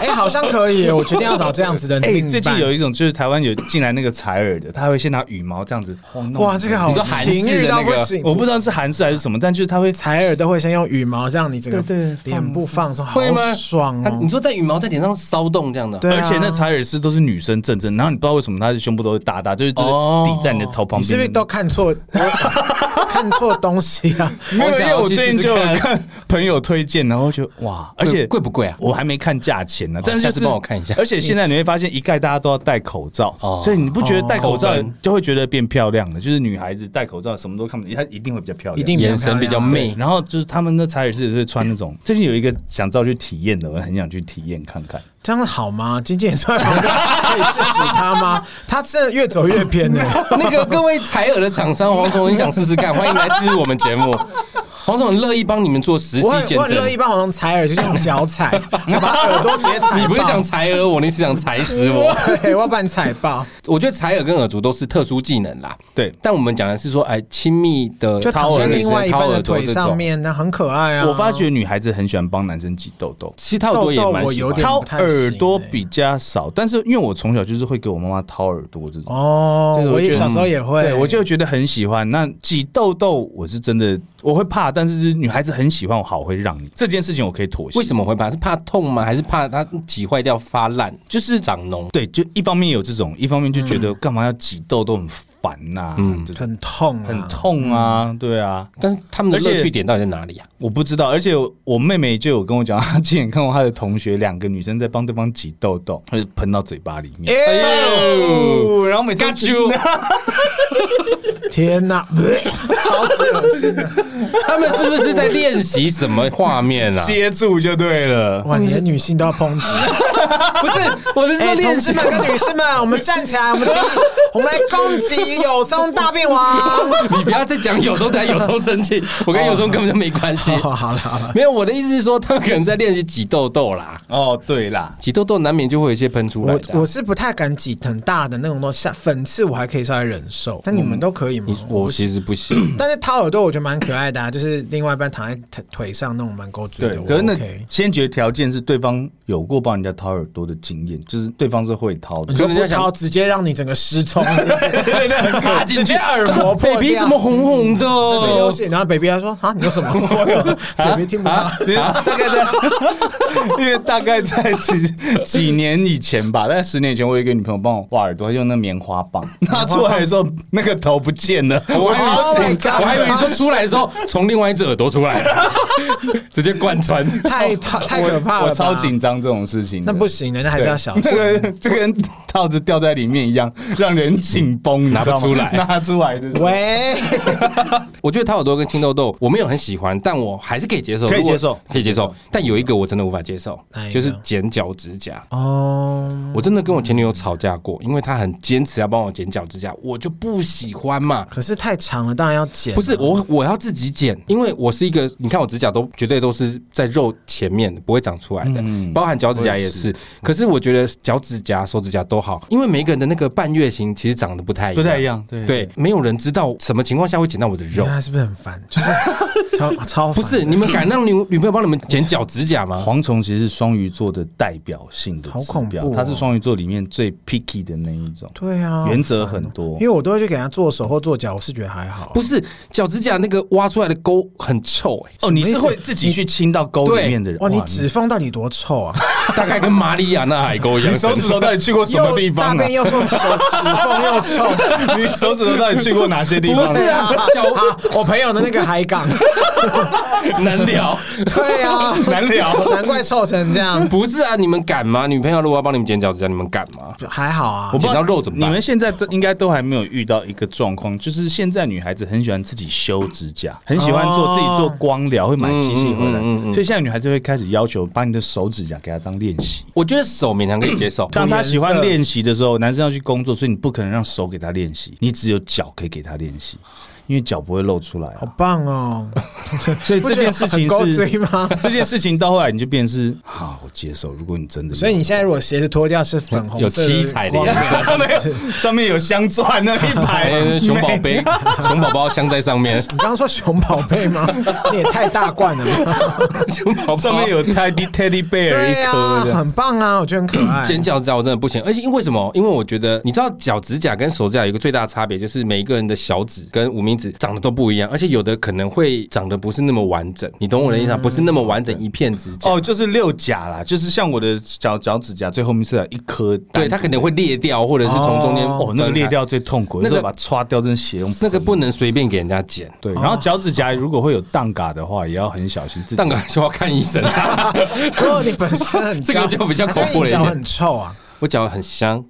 C: 哎、好像可以耶，我决定要找这样 子的
D: 哎、
C: 另一半。
D: 最近有一种就是台湾有进来那个采耳的，他会先拿羽毛这样子晃弄。
C: 哇，这个好
B: 你说韩式的
C: 情欲到不
B: 那个
C: 行。
D: 我不知道是韩式还是什么，但就是他会
C: 采耳都会先用羽毛让你整
D: 对对
C: 个脸部放松，好
B: 会吗？
C: 爽
B: 它
C: 哦
B: 你！说在羽毛在脸上骚动这样的，
C: 对啊
D: 而且那采耳师都是女生正正，然后你不知道为什么她的胸部都会大大，就是就是
B: 哦
D: 抵在你的头旁边。
C: 你是不是都 看错看错东西啊？
D: 没有？因为我
B: 好想要去
D: 最
B: 试
D: 近
B: 试
D: 就
B: 看
D: 有看朋友推荐，然后觉得哇，而
B: 贵
D: 且
B: 贵不贵啊？
D: 我还没看价钱呢，但是
B: 下
D: 就
B: 次
D: 是
B: 帮我看一下
D: 而且现在你会发现，一概大家都要戴口罩
B: 哦，
D: 所以你不觉得戴口罩
B: 哦扣分
D: 就会觉得变漂亮了？就是女孩子戴口罩什么都看不见，她一定会比较漂亮，
C: 一定
B: 眼神比较媚
D: 对，然后就是他们的采耳师也是穿那种， 最近有一个想知道去体验的，我很想去体验看看。
C: 这样好吗？经纪人坐在旁边可以制止他吗？ 他真的越走越偏呢、
B: 那个各位采耳的厂商，黄总很想试试看，欢迎来支持我们节 目。黄总很乐意帮你们做实际
C: 我很
B: 见
C: 我很乐
B: 证
C: 意。帮黄蓉采耳，就是用脚踩，我把耳朵直接踩爆。
B: 你不是想采耳我，你是想踩嗯死我。
C: 对，我要把你踩爆，
B: 我觉得采耳跟耳烛都是特殊技能啦，
D: 对，
B: 但我们讲的是说，哎，亲密的
C: 就躺
B: 掏
C: 在
B: 耳
C: 另外一半
B: 掏
C: 的
B: 耳朵
C: 腿
B: 这
C: 上
B: 种。
C: 面，那很可爱啊。
D: 我发觉女孩子很喜欢帮男生挤痘痘。
B: 其实掏耳朵也蛮喜欢
C: 痘痘我有点
B: 的，
D: 掏
C: 不太行
D: 耳朵
C: 欸
D: 比较少，但是因为我从小就是会给我妈妈掏耳朵这种。
C: 哦
D: 这，个
C: 我
D: 觉
C: 也
D: 得
C: 小时候也会，
D: 对我就觉得很喜欢。那挤痘痘，我是真的我会怕，但是就是女孩子很喜欢我，好，我会让你这件事情我可以妥协。
B: 为什么会怕？是怕痛吗？还是怕它挤坏掉发烂，就是长脓？
D: 对，就一方面有这种，一方面就觉
C: 嗯
D: 得干嘛要挤痘都很烦呐、嗯，
C: 很痛、啊，
D: 很。痛
C: 嗯
D: 啊，对啊，
B: 但是他们的
D: 而且
B: 乐趣点到底在哪里啊？
D: 我不知道，而且我妹妹就有跟我讲， 她亲眼看过她的同学两个女生在帮对方挤痘痘，她就喷到嘴巴里面。
C: 哎 呦，然后每次
B: Got you！
C: 天哪， 超级恶心的！
B: 他们是不是在练习什么画面 啊？
D: 接住就对了，
C: 哇，你连女性都要抨击。
B: 不是，我是说
C: 哎，
B: 练
C: 同志
B: 习
C: 们跟女士们，我们站起来，我们第一我们来攻击有松大便王。
B: 你不要再讲有时候在有时候生 气，我跟有时候根本就没关系。
C: 哦，好了好了，
B: 没有，我的意思是说，他们可能在练习挤痘痘啦，
D: 哦，对啦，
B: 挤痘痘难免就会有一些喷出来
C: 我
B: 的啊、
C: 我是不太敢挤很大的那种东西，像粉刺我还可以稍微忍受，但你们都可以吗
B: 嗯你？我
C: 不行，
B: 其实不行
C: 但是掏耳朵我觉得蛮可爱的啊，就是另外一半躺在腿腿上那种蛮勾嘴
D: 对
C: 的，，我
D: 可是那
C: OK。
D: 先决条件是对方有过帮人家掏耳朵的经验，就是对方是会掏的
C: 你。说
B: 可能
C: 不
B: 人家想
C: 掏，直接让你整个失 聪，
B: 插进
C: 哎直接
B: 去。
C: 耳 膜破
B: baby
C: 掉
B: 怎么。红红的？
C: 对流血然后 baby 他说啊，你有什么？ 我有 baby 听不到。
B: 啊大概在
D: 因为大概在几几年以前吧，大概十年前，我有一个女朋友帮我挖耳朵，她用那棉花棒，拿出来的时候，那个头不见了，
B: 我
C: 超
D: 我
B: 还以为
C: 紧张啊
B: 我还以为你说出来的时候从另外一只耳朵出来 了，直接贯穿。
C: 太太太可怕了吧，
D: 我超紧张这种事情的，
C: 那不行的，那还是
D: 对
C: 要小心
D: 这。个就跟套子掉在里面一 样，让人紧绷，你知道吗
B: 拿不出来
D: 拿出来的时候。
C: 喂，
B: 我觉得掏耳朵跟青豆豆我没有很喜欢，但我还是可以接受，
D: 可以
B: 如果
D: 接受
B: 可以接受。但有一个我真的无法接受
C: 哪一，个
B: 就是剪脚指甲。
C: 哦，
B: 我真的跟我前女友吵架过，因为她很坚持要帮我剪脚指甲，我就不喜欢嘛。
C: 可是太长了，当然要剪。啊
B: 不是，我，我要自己剪，因为我是一个，你看我指甲都绝对都是在肉前面的，不会长出来的，包含脚指甲也是。可是我觉得脚指甲、手指甲都好，因为每一个人的那个半月形其实长得不太一样，
D: 不太一样对
B: 对，没有人知道什么情况下会剪到我的肉。
C: 那是不是很烦？就是超超烦
B: 不是，你们敢让女女朋友帮你们剪脚指甲 吗？
D: 蝗虫其实是双鱼座的代表性的指标，
C: 好恐怖哦
D: 它是双鱼座里面最 picky 的那一种，
C: 对啊，
D: 原则
C: 好烦哦
D: 很多
C: 因为我都会去给他做手或做脚，我是觉得还好。
B: 不是，脚指甲那个挖出来的沟很臭、欸，
D: 哦，你是会自己去亲到沟里面的人，
C: 哦哇，你指缝到底多臭 啊！
B: 大概跟马里亚纳海沟一样
D: 你
B: 深。
D: 手指头到底去过什么地
C: 又大
D: 方啊
C: 便？又臭，手指缝又 臭。
D: 你手指头到底去过哪些地方？
B: 不是啊，脚
C: 啊，我朋友的那个海 港，
B: 难聊。
C: 对啊，
D: 难聊。
C: 难怪臭成这样。
B: 不是啊，你们敢吗？女朋友如果要帮你们剪脚指甲，你们敢吗？
C: 还好啊
D: 我，不知道
B: 剪到肉怎么
D: 你
B: 办
D: 们现在都应该都还没有遇到一个状况，就是现在女孩子很喜欢自己修指甲，很喜欢做
C: 哦
D: 自己做光疗，会买机器回来
B: 嗯嗯嗯嗯，嗯
D: 所以现在女孩子会开始要求把你的手指甲给她当练习。，
B: 我觉得手勉强可以接受
D: 当她喜欢
C: 涂颜色
D: 练习的时候，男生要去工作，所以你不可能让手给她练习，你只有脚可以给她练习，因为脚不会露出来啊、
C: 好棒哦。
D: 所以这件事情
C: 不觉得很勾
D: 是
C: 追吗
D: 这件事情到后来你就变成是好，我接受。如果你真的有，
C: 所以 你现在如果鞋子脱掉是粉红
B: 有
C: 色
B: 七彩的
C: 光
B: 颜
D: 上面有上面有镶钻那一
B: 哎
D: 排，
B: 熊宝贝、熊宝宝镶在上面，
C: 你刚刚说熊宝贝 吗？你也太大罐了吧！
B: 熊宝宝
D: 上面有 teddy teddy bear 一
C: 对啊，
D: 颗 的。
C: 很棒啊，我觉得很可
D: 哎
C: 爱。
B: 剪脚趾甲我真的不行，而且因为什么？因为我觉得你知道脚趾甲跟手指甲有一个最大的差别，就是每一个人的小指跟无名指长得都不一样，而且有的可能会长得不是那么完整，你懂我的意思吗？不是那么完整一片指甲。
D: 嗯哦，就是六甲啦，就是像我的脚脚指甲最后面是有一颗蛋，
B: 对，它可能会裂掉，或者是从中间
D: 哦那个
B: 分开
D: 裂，掉最痛苦，
B: 那
D: 那
B: 个
D: 个把它刷掉，真的血用
B: 那个不能随便给人家剪。
D: 对。然后脚指甲如果会有荡嘎的话，也要很小心自己。
B: 上个还说要看医生，
C: 如果你本身 很
B: 这个
C: 娇
B: 就比较恐怖了一
C: 还是
B: 点
C: 你脚很臭啊，
B: 我脚很 香，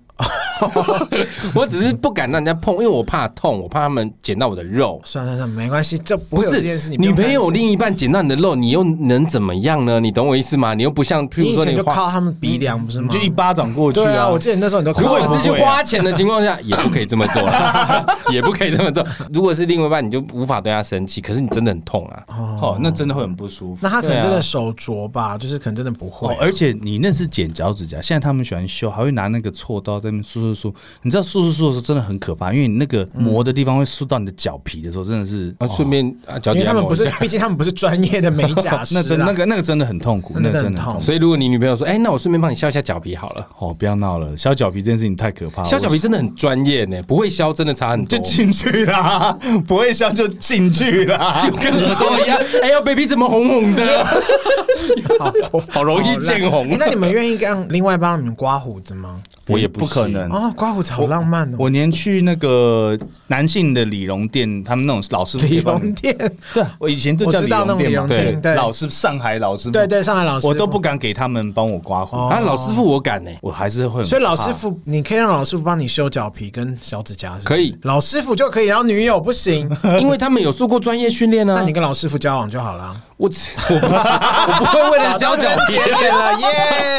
B: 我只是不敢让人家碰，因为我怕痛，我怕他们剪到我的肉。
C: 算了算了，没关系，这
B: 不
C: 不会有
B: 是
C: 这件事。你不
B: 女
C: 用
B: 朋友
C: 担心
B: 另一半剪到你的肉，你又能怎么样呢？你懂我意思吗？你又不像，譬
C: 你
B: 如
C: 以
B: 说
C: 前就
B: 花，
C: 靠他们鼻梁不是
D: 嗯你
C: 吗？
D: 就一巴掌过去
C: 对啊，
D: 啊
C: 我！记得那时候你都靠
B: 如
C: 他
B: 果
C: 们。
B: 是去花钱的情况 下，也不可以这么做啦， 也不可以这么做。如果是另外一半，你就无法对他生气，可是你真的很痛啊。
D: 哦，那真的会很不舒服
C: 那。他可能
B: 对啊
C: 真的手镯吧，就是可能真的不会
D: 哦哦，。而且你那是剪脚趾甲，现在他们喜欢修，还会拿那个锉刀在那边梳梳簌簌簌，你知道簌簌簌的时候真的很可怕，因为你那个磨的地方会簌到你的脚皮的时候，真的是哦
B: 啊，顺便啊，脚
C: 因
B: 底
C: 为他
B: 按
C: 们
B: 摩
C: 不
B: 一
C: 是
B: 下。，
C: 毕竟他们不是专业的美甲师啦啊
D: 那真 那个那个真的很痛苦，
C: 那真
D: 那
C: 的很
D: 个真的很
C: 痛
D: 痛。
B: 所以如果你女朋友说，哎、那我顺便帮你削一下脚皮好了，
D: 哦，不要闹了，削脚皮这件事情太可怕了。
B: 削脚皮真的很专业呢，不会削真的差很
D: 就
B: 多。
D: 进去啦， 不会削就进去啦。
B: 就啊跟你说一样，哎呦，baby 怎么红红的？ 好好容易见红
C: 哦诶。那你们愿意让另外帮你们刮胡子吗？
B: 我也
D: 不可
B: 行
D: 能
C: 哦，刮胡子好浪漫哦，
D: 嗯我连去那个男性的理容店，他们那种老师傅可
C: 理
D: 以帮
C: 容
D: 你，嗯
C: 店，
D: 对啊我以前就叫
C: 我知道那种
D: 店嘛，
C: 理容店对
D: 老师上海老师傅，
C: 对对，上海老师
D: 我都不
C: 傅。
D: 敢给他们帮我刮
C: 哦
D: 胡，
B: 啊，老师傅我敢呢，
D: 我还是会很怕。
C: 所以老师傅，你可以让老师傅帮你修脚皮跟小指甲，是不是
B: 可以
C: 老师傅就可以，然后女友不行，
B: 因为他们有受过专业训练
C: 那
B: 啊
C: 你。跟老师傅交往就好了。
B: 我只我不是我不会为了削脚皮，
C: 节 点了啊耶，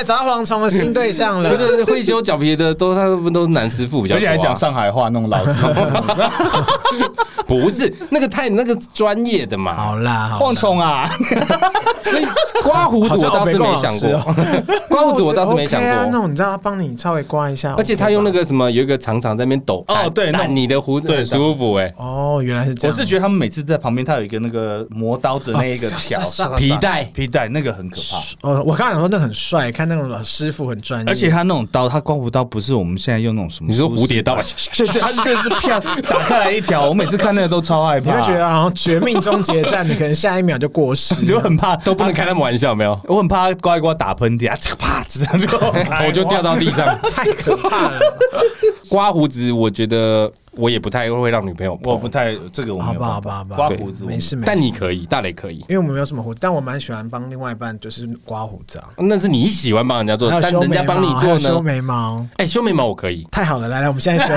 C: 找到蝗虫的新对象了
B: 不。是会修脚皮的都他们都是男师傅比较
D: 而
B: 多
D: 且
B: 啊、
D: 还讲上海话那种老 师傅，
B: 不是那个太那个专业的嘛。
C: 好啦，好
D: 蝗
C: 啦
D: 虫啊，
B: 所以刮胡
C: 好
B: 子
C: 像
B: 我倒是没想
C: 我
B: 过，
C: 刮
B: 胡子我倒是没想
C: OK 啊那
B: 过。
C: 种你知道，他帮你稍微刮一下，
B: 而且他
C: OK 吧
B: 用那个什么，有一个长长在那边抖，
D: 哦
B: 弹
D: 对那
B: 弹你的胡子
D: 对
B: 很舒服哎，
C: 哦，原来是这
D: 我
C: 样。
D: 是觉得他们每次在旁边，他有一个那个磨刀子那一个
C: 哦
D: 条
C: 上上
B: 皮带
D: 皮带那个很可怕。
C: 哦，我刚才想说那很帅，看那种老师傅很专业，
D: 而且他那种刀，他刮胡刀不是我们现在用那种什
B: 嗯
D: 么？
B: 你说蝴 蝶刀，
D: 对对，它就是漂打开来一条，我每次看那个都超害
C: 你
D: 怕，
C: 会觉得好像《绝命终结 战》，你可能下一秒就过世
D: 你就
C: 了。
D: 很怕，
B: 都不能开他们玩笑， 没有，
D: 我很怕它刮一刮打喷嚏啊，这个啪，这样就哎
B: 头就掉到地上。
C: 太可怕了，
B: 刮胡子，我觉得我也不太会让女朋友
D: 我
B: 碰，
D: 不太这个我 没
C: 好
D: 有
C: 吧，好
D: 办
C: 吧，
D: 法
C: 好吧，
D: 刮胡子我
C: 没事，没事。
B: 但你可以，大磊可以。
C: 因为我们没有什么胡子，但我蛮喜欢帮另外一半就是刮胡子啊，
B: 哦那是你喜欢帮人家做，
C: 还有
B: 哦但
C: 修
B: 人
C: 眉
B: 家帮你
C: 毛，还有
B: 做
C: 修
B: 呢？
C: 眉毛。
B: 哎、修眉毛我可以。
C: 太好了，来来，我们现 在修，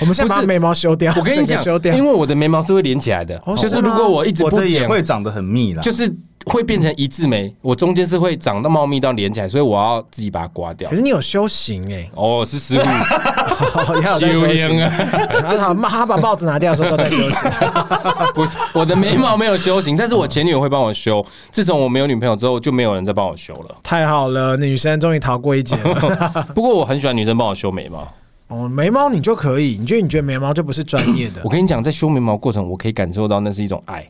C: 我们先把眉毛修掉，
B: 我跟你
C: 整个
B: 讲
C: 修，掉
B: 因。为我的眉毛是会连起来的，
C: 哦
B: 就是是
C: 吗
B: 如果我一直
D: 我
B: 不
D: 的也
B: 剪，
D: 会长得很密啦，
B: 就是会变成一字眉，我中间是会长到茂密到连起来，所以我要自己把它刮掉
C: 可。是你有修行哎、
B: 哦，是师傅
C: 欸，
B: 修
C: 也有在修
B: 行
C: 行。
B: 啊，
C: 然后他他把帽子拿掉的时候都在 修行。
B: 不是我的眉毛没有修行，但是我前女友会帮我修。自从我没有女朋友之后，就没有人再帮我修 了。
C: 太好了，女生终于逃过一劫 了。
B: 不过我很喜欢女生帮我修眉毛。
C: 哦，眉毛你就可以，你觉得你觉得眉毛就不是专业的
B: 我，跟你讲，在修眉毛过程，我可以感受到那是一种 爱，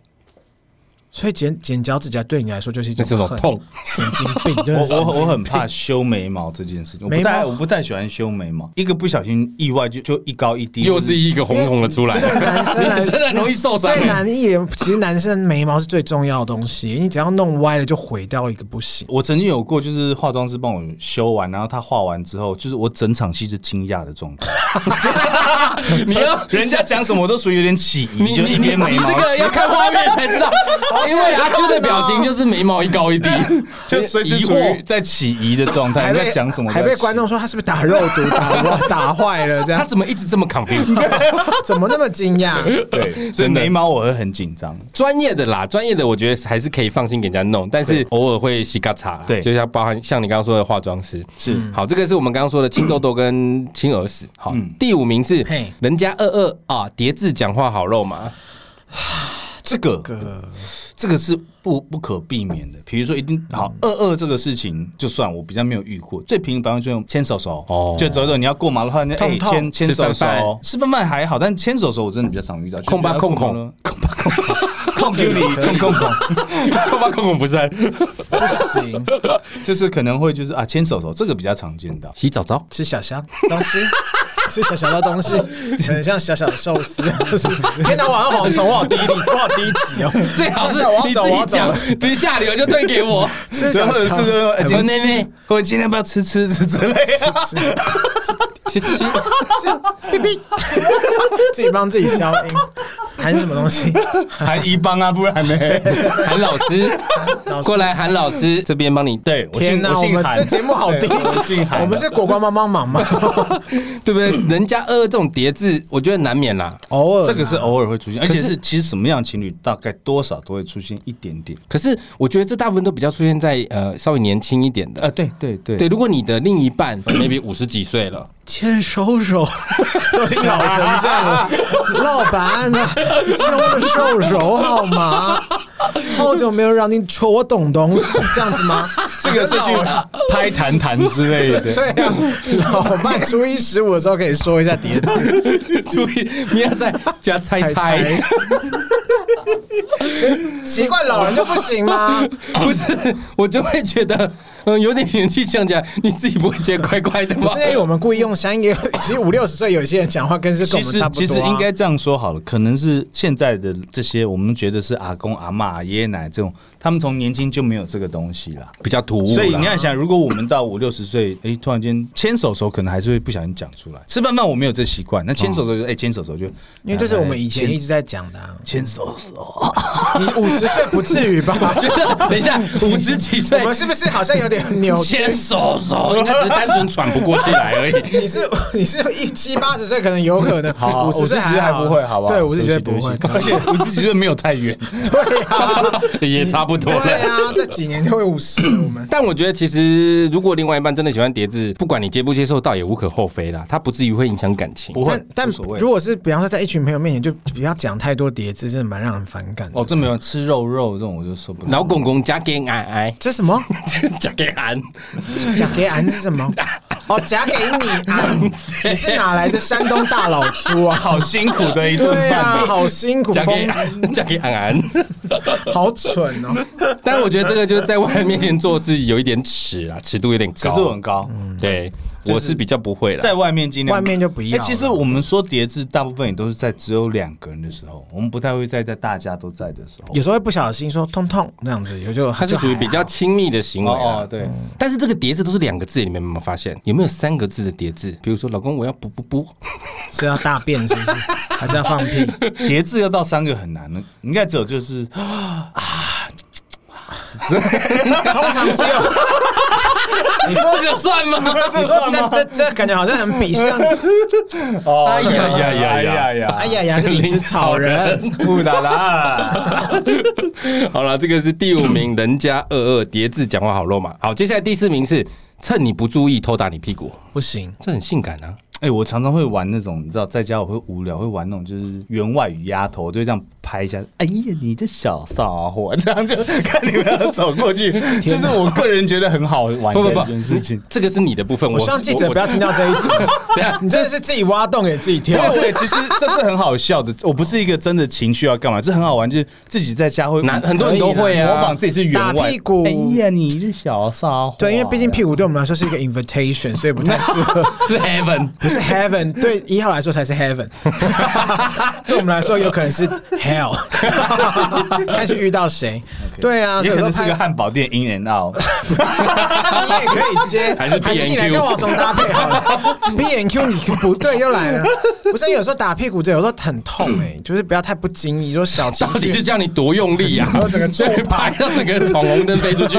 C: 所以剪剪脚趾甲对你来说就是一
B: 那
C: 种
B: 是一种
C: 很
B: 痛。
C: 神经病。真
D: 我
C: 的是神
D: 我
C: 经病
D: 我很怕修眉毛这件事情，我
C: 眉
D: 不
C: 毛
D: 太我不太喜欢修眉毛，一个不小心意外就就一高一低，
B: 又是一个红红的出来，
C: 对男生来
B: 你 真的很容易受伤欸。
C: 对男艺人，其实男生眉毛是最重要的东西，你只要弄歪了就毁掉一个不行。
D: 我曾经有过，就是化妆师帮我修完，然后他画完之后，就是我整场戏是惊讶的状态。
B: 你要
D: 人家讲什么我都属于有点起
B: 你
D: 疑，就
B: 你
D: 一
B: 你
D: 边眉
B: 你
D: 毛
B: 这个要看画 面才知道，因为阿秋的表情就是眉毛一高一低，
D: 就随时
B: 疑
D: 处于
B: 惑。
D: 在起疑的状态。
C: 还
D: 人
C: 被
D: 家讲什么都在
C: 还被
D: 起疑
C: 观众说他是不是打肉毒打 歪打坏了这
B: 他
C: 样？
B: 怎么一直这么 confused？
C: 怎么那么惊讶？
D: 对，所 以
B: 真的
D: 眉毛我会很紧张。
B: 专业的啦，专业的我觉得还是可以放心给人家弄，但是偶尔会洗嘎嚓啦。
D: 对
B: 就像包含像你刚刚说的化妆师，嗯
D: 是
B: 好，这个是我们刚刚说的青痘痘跟青耳屎。好
D: 嗯，
B: 第五名是
C: 嘿
B: 人家二二啊，叠字讲话好肉 麻。
D: 这个，这个是不不可避免的。比如说，一定好二二这个事情，就算我比较没有遇过，最频繁就用牵手手
B: 哦
D: 就走一走你要过马路，人家
C: 痛
D: 哎
C: 痛
D: 牵牵
B: 吃
D: 手
B: 饭
D: 手
B: 饭，
D: 吃饭饭还好，但牵手手我真的比较常遇到。
B: 控吧
D: 就是
B: 控控
D: 过马路控吧控控控 Q 你控控控，
B: 恐怕恐恐不
D: 啊
B: 善。
C: 不行，
D: 就是可能会就是啊牵手手这个比较常见 到。
B: 洗澡澡，
C: 吃小小东西。 吃小小的东西，很像小小的寿司。天哪，我好像蝗虫，我好低低，我好低级哦。
B: 最好是
C: 现在我要
B: 你
C: 走
B: 自
C: 我
B: 己
C: 要走了
B: 讲，等下流就退给 我。
C: 吃
D: 对
C: 小
D: 或者
C: 小
D: 是说，哎
B: 哎
D: 今
B: 我妹妹
D: 各位今天要不要吃吃吃之类的？
B: 七七，
C: 自己帮自己消音，含什么东西？
D: 韩一帮啊，不然呢？
B: 韩老师
C: 老师
B: 过来，韩老师这边帮你。
D: 对，我
C: 天
D: 姓
C: 哪，
D: 我
C: 我
D: 姓
C: 们
D: 韩，
C: 这节目好低
D: 对我
C: 级
D: 姓。韩的，
C: 我们是国光帮帮忙吗？
B: 对不对？人家二这种叠字，我觉得难免啦。
C: 偶尔
D: 这个是偶尔会出现，而
B: 是
D: 且是其实什么样的情侣大概多少都会出现一点点。
B: 可是我觉得这大部分都比较出现在呃稍微年轻一点的。
D: 啊，对对对
B: 对，如果你的另一半 maybe 五十几岁了，
C: 牵手手，都已经老成这样了。 老板，啊牵我的手手好吗？好久没有让你戳我洞洞，这样子吗？啊
D: 这 个是去拍弹弹之类的。
C: 对啊，老爸初一十五的时候可以说一下 叠字，
B: 注意，你要在加猜
C: 猜
B: 猜，
C: 猜。 奇怪，老人就不行 吗？
B: 不是，我就会觉得，嗯，有点年纪像起来，你自己不会觉得怪怪的
C: 不
B: 吗
C: 是？因为我们故意用乡音，也有其实五六十岁有些人讲话跟是跟
D: 其
C: 我们
D: 实
C: 差不多、
D: 其
C: 啊。
D: 实应该这样说好了，可能是现在的这些我们觉得是阿公阿嬷、爷爷奶奶这种，他们从年轻就没有这个东西哦啦。
B: 比较突兀啦，
D: 所以你要想，如果我们到五六十岁，哎、突然间牵手的时候，可能还是会不小心讲出来。吃饭饭我没有这习惯，那牵手的时候就，哎、牵、手的时候就，
C: 因为这是我们以前一
D: 牵
C: 直在讲的、啊。
D: 牵手的时候，
C: 你五十岁不至于吧？
B: 觉得等一下五十几岁
C: 我们是不是好像有点扭曲？
B: 牵手手，应该只是单纯喘不过气来而 已。
C: 你是你是一七八十岁可能有可能，
D: 好
C: 五十岁
D: 50岁还
C: 好啊
D: 不会好不好
C: 对，五十岁
D: 对
C: 不
D: 不
C: 会
D: 起， 而且五十几岁没有太远，
C: 对啊，
B: 也差不多
C: 对
B: 了。
C: 啊，这几年就会五十，我们
B: 但我觉得，其实如果另外一半真的喜欢叠字，不管你接不接受，倒也无可厚非啦。它不至于会影响感情。
D: 不会，
C: 但但
D: 无所谓
C: 如。果是比方说在一群朋友面前，就不要讲太多叠字，真的蛮让人反感的。
D: 哦，这没有吃肉肉这种我就受 不了。
B: 老公公加给俺俺，
C: 这什么？
B: 加给俺，
C: 夹给俺是什么？哦，夹给你俺，你是哪来的山东大老粗 啊？
D: 好辛苦的一顿
C: 对
D: 饭
C: 啊，，好辛苦，
B: 加给
C: 疯，
B: 俺， 加给俺俺。
C: 好蠢哦！
B: 但我觉得这个就是在外人面前做是有一点尺啊，尺度有点
D: 尺
B: 高。
D: 度很高。
B: 对，我是比较不会啦。
D: 在外面尽量，
C: 外面就不要
D: 哎、
C: 了
D: 其实我们说叠字，大部分也都是在只有两个人的时候，我们不太会在在大家都在的时候。
C: 有时候会不小心说痛痛那样子，有就
B: 它是属于比 较亲密的行为
D: 哦
B: 啊
D: 哦，。对，
B: 但是这个叠字都是两个字，你们有没有发现？有没有三个字的叠字？比如说，老公，我要补补补。
C: 是要大便是不是？还是要放屁？
D: 叠字要到三个很难的，应该只有就是
C: 通常只有你说
B: 这个算 吗？
C: 你说这这这感觉好像很鄙视，
D: 哦，哎
B: 呀呀呀
D: 呀呀
C: 哎呀呀，是你是草人，
D: 不啦啦，
B: 好了，这个是第五名，人家二二叠字讲话好肉麻。好，接下来第四名是趁你不注意偷打你屁股，
C: 不行，
B: 这很性感啊！
D: 哎、我常常会玩那种，你知道，在家我会无聊，会玩那种就是员外与丫头，我就会这样拍一下，哎呀，你这小骚货，这样就看你们要走过去，就是我个人觉得很好玩
B: 不不哎
D: 的
B: 不
D: 一件事情。，
B: 这个是你的部分。
C: 我希望记者不要听到这一集，
B: 我 等一下
C: 你真的是自己挖洞给自己
D: 对
C: 跳。
D: 哦对，其实这是很好笑的。我不是一个真的情绪要干嘛，这很好玩，就是自己在家会
B: 男很多人都会啊
D: 模仿自己是员
C: 打
D: 外
C: 屁股
D: 哎呀，你这小骚货，啊
C: 对，因为毕竟屁股对我们来说是一个 invitation，所以不太适 合。
B: 是 Heaven。
C: 不 是 heaven，对一号来说才 是 heaven，对我们来说有可能是 hell，看是遇到谁。对啊，所以
D: 也可
C: 说
D: 能是个
C: 拍
D: 汉堡店 in and out。
C: 你也可以接，
B: 还是 B&Q
C: 你来跟王总搭配 好了。B N Q 你不对又来了，不是有时候打屁股这有时候很痛哎、就是不要太不经意，就是小情
B: 嗯到底是
C: 绪。
B: 叫你多用力 呀、
C: 我整个 坐
B: 拍到整个闯红灯飞出 去，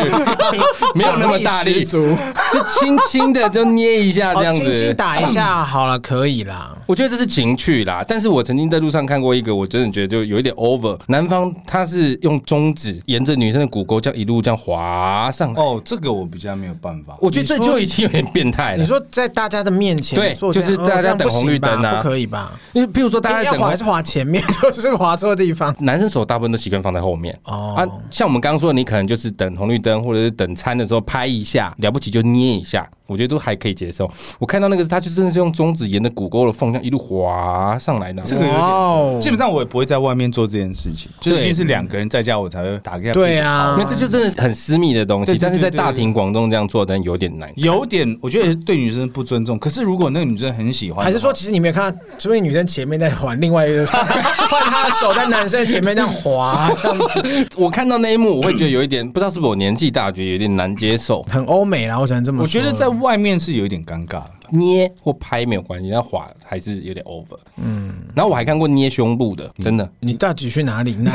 B: 没有那么大
C: 力
B: 力，
C: 十足，
B: 是轻轻的就捏一下这
C: 哦，
B: 样子，嗯
C: 轻轻打一下好了，可以啦。
B: 我觉得这是情趣啦，但是我曾经在路上看过一个，我真的觉得就有一点 over。男方他是用中指沿着女生的骨沟这样一路这样滑上来，
D: 哦，这个我比较没有办法。
B: 我觉得这
C: 你说
B: 就已经有点变态
C: 你
B: 了。
C: 说在大家的面前
B: 对
C: 做这样，
B: 就是大家
C: 哦这样
B: 等红绿灯啊
C: 不行吧不可以吧？
B: 因为譬如说大家
C: 要
B: 等
C: 滑
B: 红
C: 还是滑前面，就是滑错地 方。
B: 男生手大部分都习惯放在后面
C: 哦
B: 啊，像我们刚刚说的，你可能就是等红绿灯或者是等餐的时候拍一下，了不起就捏一下，我觉得都还可以接受。我看到那个是他就真的是用中指沿着骨沟的缝这样一路滑上来的，
D: 这个有点
C: 哇哦
D: 基本上我也不会在外面做这件事情，就是一定是两个人在家我才会打开。
C: 对，啊
B: 那，这就真的是很私密的东
D: 对
B: 西，
D: 对
B: 但是在
D: 对对
B: 大
D: 对
B: 庭广众这样做，但有点难看。
D: 有点我觉得对女生不尊重。可是如果那个女生很喜欢，
C: 还是说，其实你没有看到，说不定女生前面在玩另外 一个，换她的手在男生前面这样滑，这样子
B: 我看到那一幕，我会觉得有一点，不知道是不是我年纪大，觉得有点难接受。
C: 很欧美啦，我只能这么说。
D: 我觉得在外面是有一点尴尬的。
B: 捏或拍没有关系，但滑还是有点 over。嗯，然后我还看过捏胸部的，真的，
C: 你到底去哪里？哪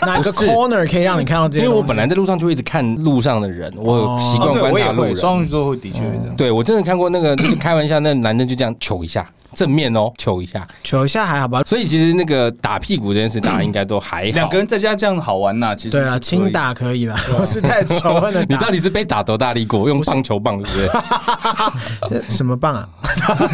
C: 个哪 个
B: 不是
C: corner 可以让你看到这
B: 因
C: 些
B: 为
C: 东西？
B: 我本来在路上就一直看路上的人，我有习
D: 哦，
B: 惯
D: 对，
B: 观
D: 我
B: 察
D: 也
B: 路
D: 会，
B: 人。
C: 嗯
D: 双鱼座会的确会这样。
B: 对，我真的看过那个，就开玩笑，那男生就这样糗一下，正面哦，求一下。
C: 求一下还好吧？
B: 所以其实那个打屁股这件事，大家应该都还好。
D: 两个人在家这样好玩呐、其实
C: 对啊，
D: 是可以
C: 轻打可以啦， 我是太仇恨了。
B: 啊 你到底是被打多大力过？用棒球棒是不是？
C: 这什么棒啊？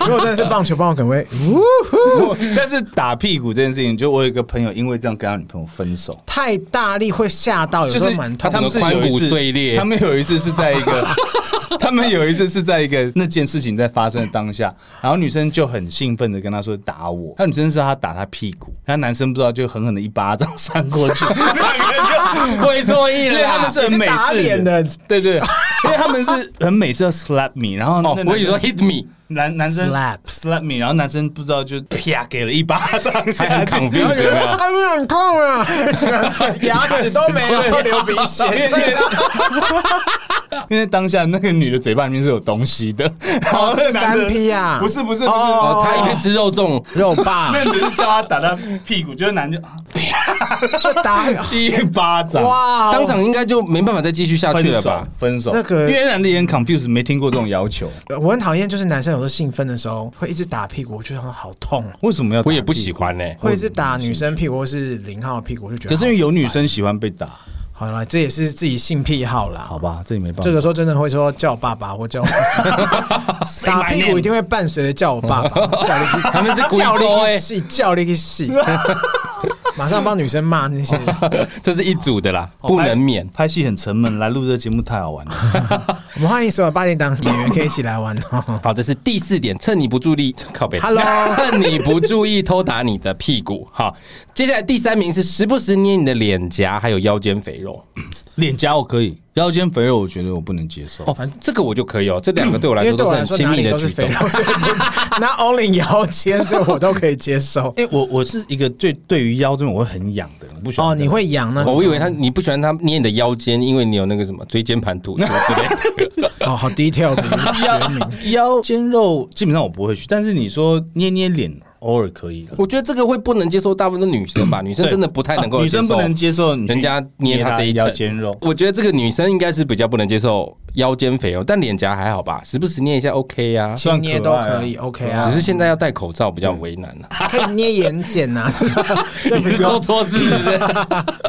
C: 如果真的是棒球棒，我可能会呜
D: 但是打屁股这件事情，就我有一个朋友因为这样跟他女朋友分手，
C: 太大力会吓到，有
D: 就
C: 时候
D: 是
C: 蛮
D: 他
C: 痛
D: 他
C: 的。
D: 们是有
B: 髋骨
D: 一次
B: 碎裂
D: 他们有一次是在一个， 他们有一次是在一个那件事情在发生的当下，然后女生就很兴奋的跟他说打我，那女生是他打他屁股，那男生不知道就狠狠的一巴掌扇过 去，两个人就
B: 会错意
D: 因
B: 了
D: 为他们
B: 啦。
D: 是很美
C: 你是打
D: 式
C: 脸的
D: 对对，因为他们是很美式的 slap me，然后那
B: 哦，我
D: 男
B: 跟你说 hit me，
D: 男男生
C: Slap
D: slap me，然后男生不知道就啪给了一巴掌
B: 还
D: 下
B: 很
D: 去，
C: 然
B: confused
C: 后有
B: 有没
C: 人
B: 有
C: 哎呦很痛啊， 牙齿都没了，都流鼻 血。对啊
D: 因为当下那个女的嘴巴里面是有东西的，然后
C: 是
D: 那男的
C: 三 P 啊
D: 不是不是不是，
B: 哦，
C: 哦
B: 他一边吃肉粽，
C: 肉霸
D: 那女的叫他打他屁股，就是男的就啊
C: 就 打
D: 第一巴掌，
C: 哇，哦
B: 当场应该就没办法再继续下去
D: 分
B: 了
D: 手
B: 吧？
D: 分手，
C: 那个
D: 因为男的也很 confused，没听过这种要求，
C: 我很讨厌，就是男生有时候兴奋的时候会一直打屁股，我觉得好痛哦。
D: 为什么要？
B: 我也不喜，欢呢。欸
C: 或者是打女生屁股，或是零号屁股，我就觉得
D: 可
C: 好。
D: 是因为有女生喜欢被打，
C: 好了，这也是自己性癖好啦。
D: 好吧，这也没办法，
C: 这个时候真的会说叫我爸爸或叫我打屁股，一定会伴随着叫 我爸爸，叫力
B: 他们是贵
C: 叫
B: 州
C: 力
B: 哎
C: 戏，叫力戏，马上帮女生骂那些。
B: 这是一组的啦，
D: 哦
B: 不
D: 拍
B: 能免。
D: 拍戏很沉闷，来录这个节目太好玩了。
C: 我们欢迎所有八点档演员可以一起 来玩哦。
B: 好，这是第四点，趁你不注意， 靠背。
C: Hello
B: 趁你不注意偷打你的屁股。好，接下来第三名是时不时捏你的脸颊，还有腰间肥肉。
C: 哦
D: 脸颊我可以，腰间肥肉我觉得我不能接受。
B: 哦，反正这个我就可以哦，这两个对我来
C: 因为
B: 说
C: 对
B: 都
C: 我
B: 是
C: 来
B: 很
C: 说
B: 亲
C: 哪
B: 密
C: 里
B: 的
C: 都是
B: 举
C: 肥
B: 动。
C: 肉，所以不 那 only 腰间，所以我都可以 接受。
D: 哎、我我是一个对对于腰这种我会很痒的，我不喜欢
C: 哦，你会痒呢？
B: 哦我以为他你不喜欢他捏你的腰间，因为你有那个什么椎间盘突出之类 的。
C: 哦，好 detail 的学名。
D: 腰间肉基本上我不会去，但是你说捏捏脸偶尔可以了，
B: 我觉得这个会不能接受，大部分都女生吧，女生真
C: 哦
B: 的不太能够
D: 啊女
B: 接受、
D: 生不能接受你去
B: 人家捏她这一层
D: 腰间肉。
B: 我觉得这个女生应该是比较不能接受腰间肥肉，但脸颊还好吧，时不时捏一下 OK 呀、啊。
C: 轻捏都可以
D: 算可爱啊
C: ，OK 啊，
B: 只是现在要戴口罩比较为难了、 啊。
C: 可以捏眼 睑呐、啊，这
B: 你
C: 不
B: 是
C: 是
B: 做错事是不是？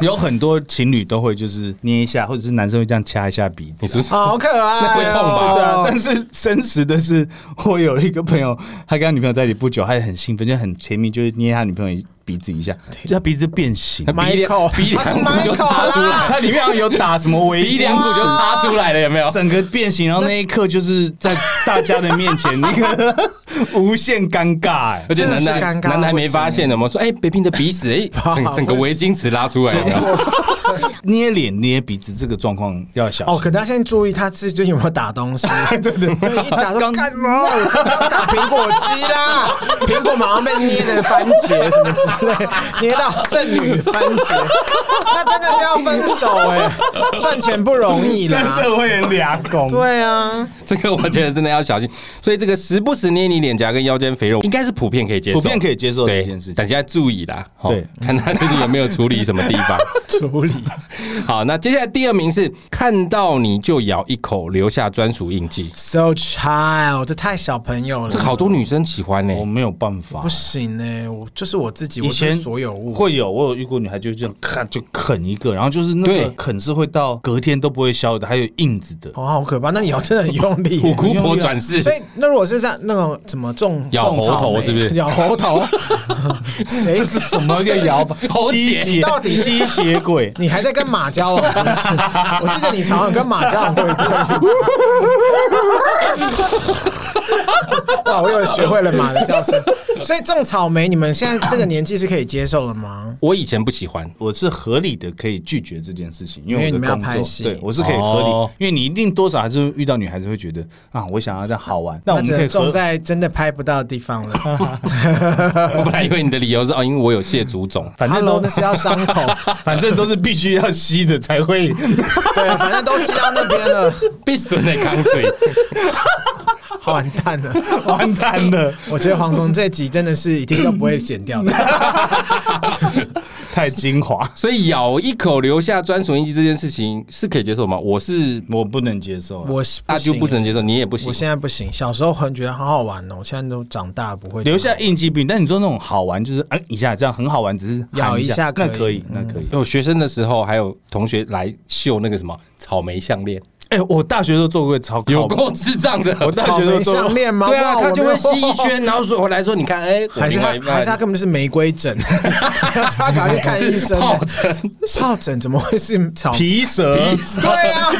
D: 有很多情侣都会就是捏一下，或者是男生会这样掐一下鼻子。
B: 你是不是？
C: 哦好可爱、
B: 那会痛吧
D: 对啊，但是真实的是，我有一个朋友，他跟他女朋友在一起不久，他很兴奋，就很甜蜜，就是捏他女朋友鼻子一下，就他鼻子变形，
B: 鼻梁
C: Michael，
B: 鼻梁
C: 他是
B: 骨就
C: Michael
B: 插出 来，
C: 啦
D: 他里面好像有打什么围
B: 鼻
D: 巾
B: 梁，骨就插出来了，有没有？
D: 整个变形，然后那一刻就是在大家的面前，那个 无限尴尬、哎
B: 而且男的还
C: 真的是尴尬
B: 男的还没发现呢，我们说哎，北平的鼻屎， 哎，整整个围巾池拉出来有没有？
D: 捏脸、捏鼻子这个状况要小心。
C: 哦，可能他现在注意他自己有没有打东西，对对对，一 打说
D: 刚
C: 干嘛？我刚刚打苹果肌啦，苹果马上被捏成番茄什么之类，捏到剩女番茄，那真的是要分手哎、赚钱不容易
D: 真
C: 啦。
D: 的会俩拱。
C: 对啊，
B: 这个我觉得真的要小心。所以这个时不时捏你脸颊跟腰间肥肉，应该是普遍可以接受，
D: 普遍可以接受的
B: 对
D: 一件事情
B: 但是要注意啦，齁
D: 对
B: 看他最近有没有处理什么地方。
C: 处理
B: 好，那接下来第二名是看到你就咬一口，留下专属印记。
C: so child，这太小朋友了，
B: 这个好多女生喜欢呢、
D: 我没有办法
C: 不。行呢、我就是我自己，我
D: 以
C: 是
D: 前
C: 所有物。
D: 会有，我有遇过女孩就这样咔就啃一个，然后就是那个
B: 对
D: 啃是会到隔天都不会消的，还有印子的。
C: 哦，好可怕！那你咬真的很用力
B: 虎
C: 耶。
B: 姑婆转世
C: 啊所，以，那如果是像那种怎么种
B: 咬
C: 种草
B: 猴头
C: 莓
B: 是不是
C: 咬猴头，谁？
D: 什么个摇法？
B: 好
D: 吸
B: 解
D: 血
C: 到底？
D: 吸血鬼
C: 你还在跟马交往是不 是？我记得你常常跟马交往过一次。哇，我又学会了马的叫声。所以种草莓，你们现在这个年纪是可以接受的吗？
B: 我以前不喜欢。
D: 我是合理的可以拒绝这件事情，因
C: 因为
D: 为
C: 你
D: 我的
C: 们要
D: 工
C: 拍
D: 作，
C: 戏
D: 对我是可以合理，
B: 哦
D: 因为你一定多少还是会遇到女孩子会觉得啊，我想要这样好玩，那我们
C: 只
D: 可以
C: 能种
D: 合
C: 在真的拍不到的地方了。
B: 我本来以为你的理由是哦，因为我有蟹足 肿。
D: 反正
C: Hello，
D: 都
C: 那是要伤口，
D: 反正都是必须要吸的才会。
C: 对，反正都吸到那边了，
B: 必死的钢嘴，
C: 好完蛋了。
D: 完蛋了，
C: 我觉得黄总这集真的是一定都不会剪掉的。
D: 菜精华，
B: 所以咬一口留下专属印记这件事情是可以接受吗？我是
D: 我不能接受啊。
C: 我是
B: 大舅
C: 行
B: 不能接受，你也不行
C: 我。现在不行，小时候很觉得好好玩哦，现在都长大不会
D: 留下印记病，但你说那种好玩，就是嗯一下这样很好玩，只是
C: 咬
D: 含
C: 一
D: 一
C: 下可
D: 那可
C: 以
D: 以，那可以。
B: 有学生的时候，还有同学来秀那个什么草莓项链，
D: 哎，我大学的时候做过超
B: 有够智障的。
D: 我大
C: 草
D: 学的
C: 莓
D: 时候
C: 项，链吗？
B: 对啊，
C: 哇
B: 他就会吸一。
C: 我没有
B: 圈，然后说回来说，你看，哎，我
C: 还是
B: 另
C: 他
B: 外一，半
C: 还是他根本就是玫瑰疹， 要他赶快去 看医生。
B: 疱疹，
C: 疱疹怎么会是草？
D: 皮蛇，
C: 对啊，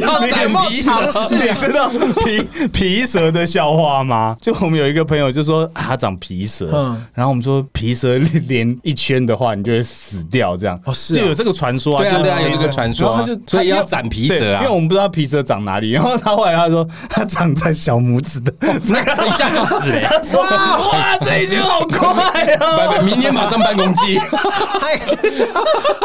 B: 要
C: 你有
B: 脸
C: 没有
B: 皮
C: 尝
B: 蛇
C: 试
D: 你 知道 皮皮蛇的笑话吗？就我们有一个朋友就说、啊、他长皮蛇，
C: 嗯
D: 然后我们说皮蛇连一圈的话，你就会死掉，这样
C: 哦是啊
D: 就有这个传说啊，
B: 对啊
D: 就是
B: 对啊有这个传说啊
D: 然后他就
B: 所以
D: 他
B: 要斩皮蛇啊
D: 对因为我们不知道皮蛇长哪里，然后他 后来他说他长在小拇指的，
B: 那一下就死了。
D: 他说哇这一句好快
B: 拜
D: 啊！
B: 拜，明天马上搬公鸡，
C: 嗨，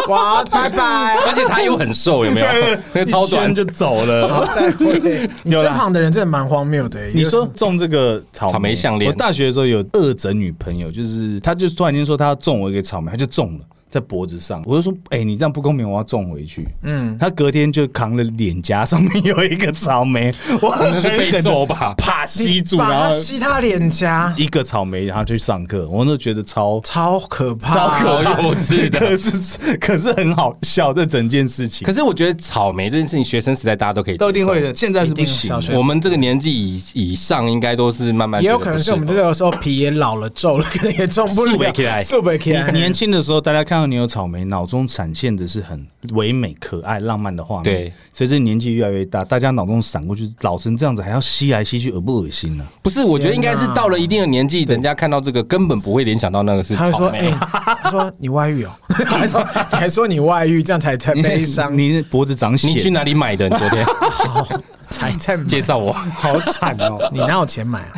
C: 哇，拜拜，
B: 而且他又很瘦，有 没有
D: 对，？
B: 那个超
D: 一
B: 短
D: 圈，就 走了。啊
C: 好再会。你
D: 有啦
C: 身旁的人真的蛮荒谬的。
D: 你说中这个草莓
B: 草莓项链
D: 我大学的时候有恶整女朋友，就是她就突然间说她要种我一个草莓，她就中了。在脖子上，我就说：“哎、你这样不公平，我要种回去。”嗯，她隔天就扛了脸颊上面有一个 草莓，我
B: 那
D: 很
B: 是被揍吧？
D: 啪吸住，
C: 把
D: 然
C: 他
D: 后
C: 吸他脸颊，
D: 一个草莓，然后去上课，我那觉得超
C: 超可怕，
D: 超可怕，
B: 幼稚的
D: 可是 可是很好笑的整件事情
B: 可，是我觉得草莓这件事情，学生时代大家都可以，
D: 都一定会。的。现在是不
C: 一定
D: 行
C: 小
D: 的，
C: 学
B: 我们这个年纪以以上，应该都是慢慢
C: 也有
B: 觉得
C: 可能
B: 啊不
C: 是我们这
B: 合
C: 个时候皮也老了皱了，可能也种不了，
B: 素北起来
C: 素北起来
D: 你
B: 哎
D: 年轻的时候，大家看到你有草莓，脑中闪现的是很唯美、可爱、浪漫的画面。
B: 对，
D: 随着年纪越来越大，大家脑中闪过去，老成这样子还要吸来吸去，恶不恶心呢、
B: 不是，我觉得应该是到了一定的年纪，人家看到这个根本不会联想到那个是
C: 他会
B: 草：“
C: 说哎、
B: 莓。
C: 他说你外遇哦， 还说还说你外遇，这样才才
D: 你
C: 悲伤，
D: 你脖子长
B: 你去
D: 血，
B: 哪里买的？你昨 天
C: 好才在买
B: 介绍我，
D: 好惨 哦！
C: 你哪有钱买啊？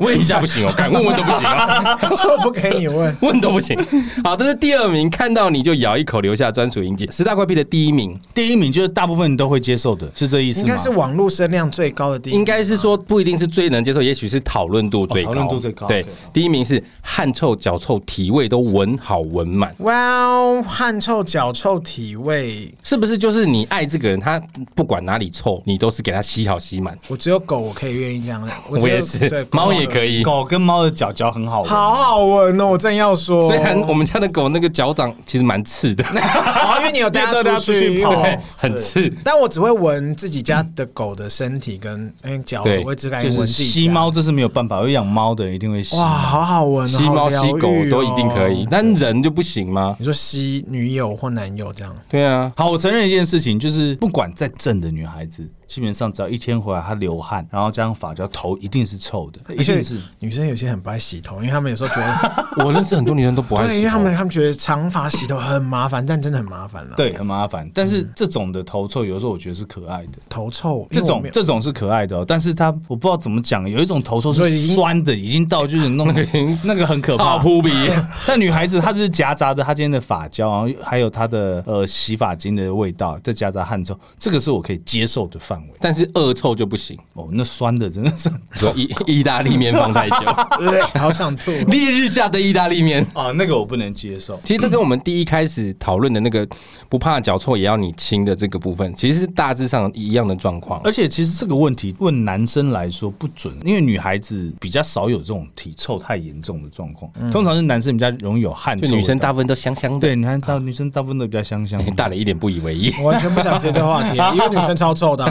B: 问一下不行哦， 敢问问都不行啊，
C: 就不给 你问。
B: 问都不行。好，这是第二名，看到你就咬一口，留下专属印记。十大怪癖的第一名，
D: 第一名就是大部分人都会接受的，是这意思
C: 应
D: 吗？
C: 该是网络声量最高的地方，
B: 应该是说不一定是最能接受，也许是讨论度最高。
D: 哦讨论度最高
B: 对
D: 对，
B: 第一名是汗臭、脚臭、体味都闻好闻满，
C: 哇哦，汗臭、脚臭、体味，
B: 是不是？就是你爱这个人，他不管哪里臭，你都是给他吸好吸满。我
C: 我只有狗我可以愿意这样，只有
B: 也
C: 对
B: 是，猫也可
C: 以，
B: 以。
D: 狗跟猫的脚脚很好闻，
C: 好好闻哦，我正要说，
B: 虽然我们家的狗那个脚掌其实蛮刺的，
C: 哦，因为你有带
D: 带
C: 它
D: 它
C: 出
D: 出
C: 去
D: 去
C: 跑
D: 跑。
B: 哦对， 很刺。
C: 但我只会闻自己家的狗的身体跟嗯脚，
B: 对
C: 我只敢
D: 就
C: 闻
D: 是
C: 自己
D: 吸
C: 家
D: 猫，这是没有办法，有养猫的人一定会吸。
C: 哇，好好闻哦，
B: 吸猫、吸
C: 好疗
B: 狗
C: 愈哦
B: 都一定可以，。但人就不行吗？
C: 你说吸女友或男友这样，
B: 对啊，
D: 好，我承认一件事情，就是不管再正的女孩子，基本上只要一天回来她流汗，然后加上发胶，头一定是臭的，一
C: 而且
D: 定是。
C: 女生有些很不爱洗头，因为她们有时候觉 得，
B: 我认识很多女生都不爱
C: 对，因
B: 洗
C: 为她
B: 头。
C: 们她们觉得长发洗头很麻烦，但真的很麻烦了。，
D: 对，很麻烦。但是这种的头臭，有的时候我觉得是可爱的。
C: 头臭，因
D: 这
C: 为我
D: 种
C: 没有
D: 这种是可爱的、哦，但是它我不知道怎么讲，有一种头臭
C: 所
D: 是
C: 以已经
D: 酸的，已经到就是弄
B: 已经
D: 那个很可
B: 操
D: 怕。
B: 扑鼻，
D: 但女孩子她就是夹杂着她今天的发胶，然后还有她的呃洗发精的味道，再夹杂汗臭，这个是我可以接受的范围。
B: 但是恶臭就不行。
D: 哦，那酸的真的是
B: 说意 意大利面放 太久，
C: 对，好想 吐。
B: 烈日下的意大利面。
D: 啊，那个我不能接受。
B: 其实这跟我们第一开始讨论的那个不怕脚臭也要你亲的这个部分，其实是大致上一样的状况。
D: 而且其实这个问题问男生来说不准，因为女孩子比较少有这种体臭太严重的状况，通常是男生比较容易有汗臭
B: 就
D: 味道。
B: 女生大部分都香香的
D: 对，，女生大女哎生大部分都比较香香的。
B: 大了一点不以为意。
C: 我完全不想接这话题，因为女生超臭的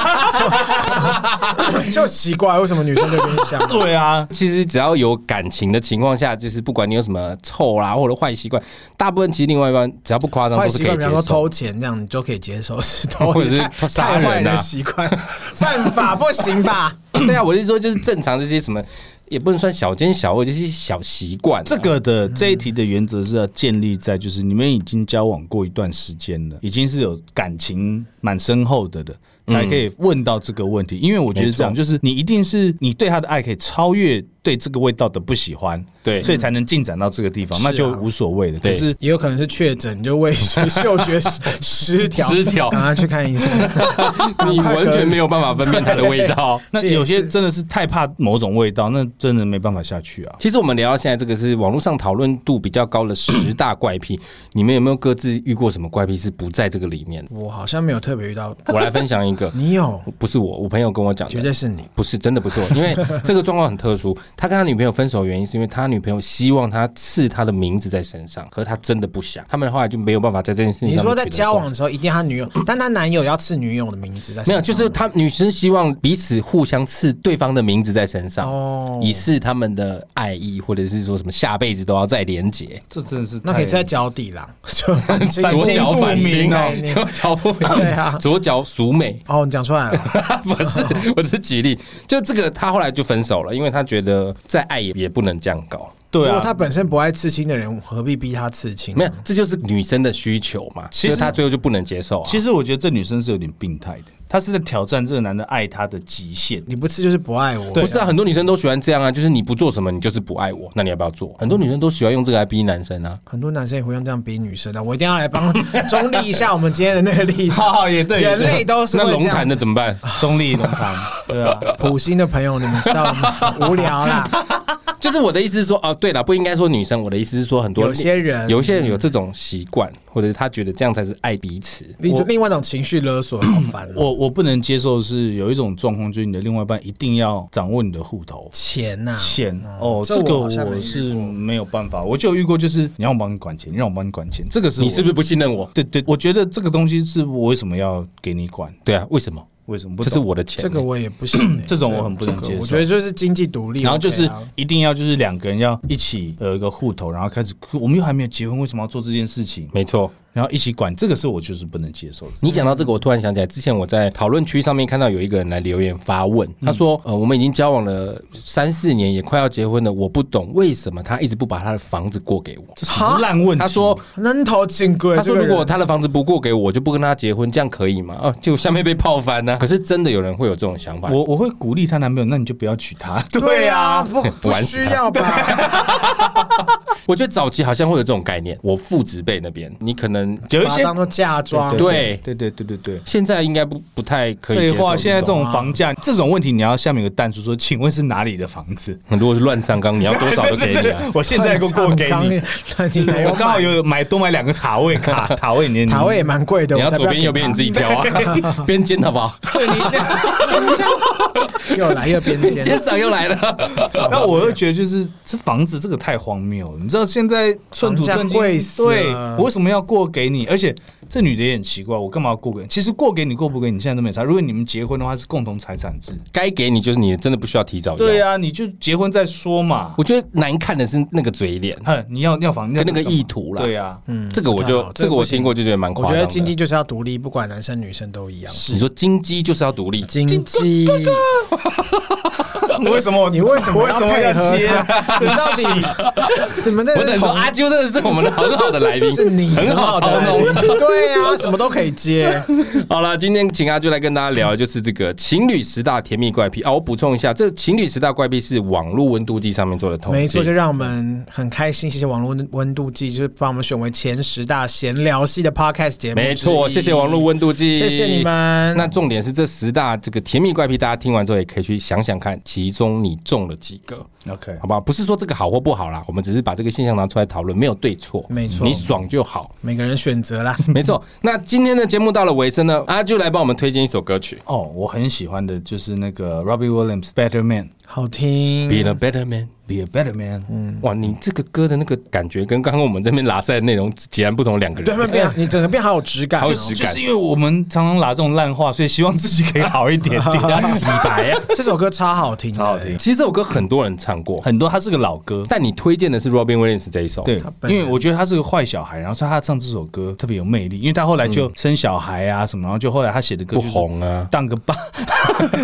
C: 啊， 就就奇怪为什么女生就跟你香。
D: 对啊，
B: 其实只要有感情的情况下，就是不管你有什么臭啦或者坏习惯，大部分其实另外一半只要不夸张
C: 坏
B: 都是
C: 习
B: 可以
C: 惯，比
B: 接
C: 方说偷
B: 受。
C: 钱这样，你就可以接 受，是偷
B: 或者是
C: 太
B: 杀
C: 太
B: 人啊
C: 坏的习惯，犯法不 行吧？
B: 对啊，我是说就是正常这些什么，也不能算小奸小恶，就是小习惯啊。
D: 这个的这一题的原则是要建立在就是你们已经交往过一段时间了，已经是有感情蛮深厚的了。才可以问到这个问题。因为我觉得这样，
B: 没
D: 就是你一定是你对他的爱可以超越对这个味道的不喜欢，
B: 对
D: 所以才能进展到这个地方，
C: 是啊
D: 那就无所谓了。
B: 对
D: 可是
C: 也有可能是确诊，就味觉嗅觉失失调，
B: 失调
C: 赶快去看医生。
B: 你完全没有办法分辨它的味道。
D: 那
C: 这也
D: 有些
C: 是
D: 真的是太怕某种味道，那真的没办法下去啊。
B: 其实我们聊到现在，这个是网络上讨论度比较高的十大怪 癖，你们有没有各自遇过什么怪癖是不在这个里 面的？
C: 我好像没有特别遇到，，
B: 我来分享一个
C: 你有，
B: 不是我，我朋友跟我讲
C: 绝
B: 的。
C: 对 是你。
B: 不是，真的不是我，因为这个状况很特殊。他跟他女朋友分手的原因是因为他女朋友希望他刺他的名字在身上，可是他真的不想。他们后来就没有办法在这件事情上
C: 你
B: 面
C: 说在
B: 取得
C: 交
B: 共
C: 往的时候，一定要他女友，但他男友要刺女友的名字在
B: 没
C: 身上，
B: 有，就是他女生希望彼此互相刺对方的名字在身上，
C: 哦
B: 以示他们的爱意，或者是说什么下辈子都要再连结。
D: 这真的是
C: 那可以是在脚底啦，就 反清
B: 左脚
C: 复
B: 反
C: 明
B: 清
C: 概
B: 哦，
C: 念
B: 右脚不明，
C: 对啊
B: 左脚属美，
C: 哦，你讲出来了，
B: 不是，我只是举例。就这个，他后来就分手了，因为他觉得再爱也也不能这样搞。
D: 对
C: 如
D: 啊
C: 果，他本身不爱刺青的人，何必逼他刺青？
B: 没有，，这就是女生的需求嘛，
D: 其
B: 所
D: 实
B: 以他最后就不能接受啊。
D: 其实我觉得这女生是有点病态的，她是在挑战这个男的爱她的极限。
C: 你不刺就是不爱我。
B: 不是啊，很多女生都喜欢这样啊，就是你不做什么，你就是不爱我，那你要不要做？很多女生都喜欢用这个来逼男生啊。
C: 很多男生也会用这样逼女生的，我一定要来帮 中立一下我们今天的那个立场。
D: 好好哦也对，也
C: 人
D: 对
C: 类哦都是
B: 那
C: 会
B: 龙
C: 这
B: 潭
C: 样
B: 的。怎么 办？
D: 中立龙潭，对啊，
C: 普星的朋友，你们知道 吗？无聊啦，
B: 就是我的意思是说，哦，对了，不应该说女生，我的意思是说很多
C: 有些人
B: 有些人有这种习惯，或者是他觉得这样才是爱彼此。
C: 你另外一种情绪勒索，好烦哦。
D: 我我不能接受的是有一种状况，就是你的另外一半一定要掌握你的户头。
C: 钱呐，嗯
D: 钱哦，
C: 啊这
D: 这个
C: 我好像没遇
D: 我
C: 过
D: 是没有办法，我就有遇过，就是你让我帮你管钱，你让我帮你管钱，这个是
B: 你是不
D: 是？
B: 是不信任我？
D: 对对，我觉得这个东西是我为什么要给你管？
B: 对啊，为什么？
D: 为什么不
B: 这
D: 懂？
B: 是我的钱欸、
C: 这个我也不行欸，
D: 嗯这种我很不能
C: 这个
D: 接受
C: 我觉得就是经济独立，
D: 然后就
C: OK
D: 是
C: 啊
D: 一定要就是两个人要一起呃一个户头，然后开始我们又还没有结婚，为什么要做这件事情？
B: 没错。
D: 然后一起管，这个是我就是不能接受的。
B: 你讲到这个，我突然想起来，之前我在讨论区上面看到有一个人来留言发问，
D: 嗯
B: 他说：“呃，我们已经交往了三四年，也快要结婚了，我不懂为什么他一直不把他的房子过给我。
D: 这什么烂问题？
B: 他说
C: 人头金龟。
B: 他说：“
C: 这个
B: 如
C: 人
B: 果他的房子不过给我，我就不跟他结婚，这样可以吗？”啊，结果下面被泡翻 呢、可是真的有人会有这种想法，
D: 我我会鼓励她男朋友，那你就不要娶她。
C: 对啊，不 不
B: 玩死
C: 需
B: 他
C: 要吧？
B: 我觉得早期好像会有这种概念，我父职辈那边，你可能
D: 有一
C: 把它
D: 些
C: 当做嫁妆，
B: 对
D: 对对对对对。
B: 现在应该不不太可以接
D: 废
B: 受
D: 话，现在这种
C: 啊
D: 房价这种问题，你要下面有个弹出说，请问是哪里的房子？。
B: 很多是乱葬岗，你要多少都给你啊
D: 我现在够过给
C: 很
D: 你，
C: 常见， 那你没
D: 我
C: 有
D: 刚好
C: 买
D: 有买多买两个 塔位卡塔位，你
C: 塔位也蛮贵的，
B: 你要
C: 我才不
B: 左边
C: 给
B: 右边
C: 他
B: 你自己挑 啊， 边肩好不好？
C: 又来又边
B: 肩
C: 间，
B: 上又来了。
D: 那我会觉得就是这房子这个太荒谬了，你知道现在寸土寸
C: 房价
D: 金
C: 贵，死
D: 对
C: 了
D: 我为什么要过给你？而且这女的也很奇怪，我干嘛要过给你？其实过给你过不给你现在都没差。如果你们结婚的话是共同财产制，
B: 该给你就是你，真的不需要提早要。
D: 对啊，你就结婚再说嘛。
B: 我觉得难看的是那个嘴脸
D: 哼，你要要房
B: 跟那个
D: 意
B: 意图啦。
D: 对啊，
C: 嗯
B: 这个我
C: 不太
B: 就
C: 好
B: 这个我听过就觉得蛮
C: 我
B: 夸
C: 觉
B: 张
C: 得
B: 的。
C: 经济就是要独立，不管男生女生都一样。
B: 你说金鸡就是要独立，
C: 经济，
D: 为什么
C: 你为什么
D: 我为什么
C: 配
D: 要
C: 合
D: 接啊？
C: 他？你到底怎么在
B: 我只
C: 这
B: 能说
C: 同
B: 阿啾真的是我们的很好的来宾，
C: 是你
B: 很好
C: 的
B: 操
C: 来
B: 弄。
C: 宾，对啊，什么都可以接。
B: 好了，今天请阿就来跟大家聊，就是这个情侣十大甜蜜怪癖啊。我补充一下，这情侣十大怪癖是网络温度计上面做的统计，
C: 没错，就让我们很开心。谢谢网络温温度计，就是帮我们选为前十大闲聊系的 podcast 节目之一。
B: 没错。谢谢网络温度计，
C: 谢谢你们
B: 那重点是这十大这个甜蜜怪癖，大家听完之后也可以去想想看，其中你中了几个，
D: OK，
B: 好不好？不是说这个好或不好啦，我们只是把这个现象拿出来讨论，没有对错，
C: 没错
B: 你爽就好。
C: 每个人选择啦。
B: 没错，那今天的节目到了尾声呢，阿就来帮我们推荐一首歌曲
D: 哦，我很喜欢的就是那个 Robbie Williams Better Man。
C: 好听，
D: 嗯
B: ，Be the Better Man。
D: Be a better man。嗯，
B: 哇，你这个歌的那个感觉跟刚刚我们这边拉塞的内容截然不同，两个
C: 对，
B: 人。
C: 慢慢变，你整个变好有质感哦，
B: 好有质
D: 就
B: 感
D: 是因为我们常常拿这种烂话，所以希望自己可以好一点点。要 洗白啊，
C: 这首歌超好听，
D: 超好听。
B: 其实这首歌很多人唱过，
D: 很多他是个老歌，
B: 但你推荐的是 Robin Williams 这一首。
D: 对，
C: 本
D: 因
C: 人
D: 为我觉得他是个坏小孩，然后所以他唱这首歌特别有魅力，因为他后来就生小孩啊什么，然后就后来他写的歌
B: 不
D: 就是
B: 红啊
D: 当个爸，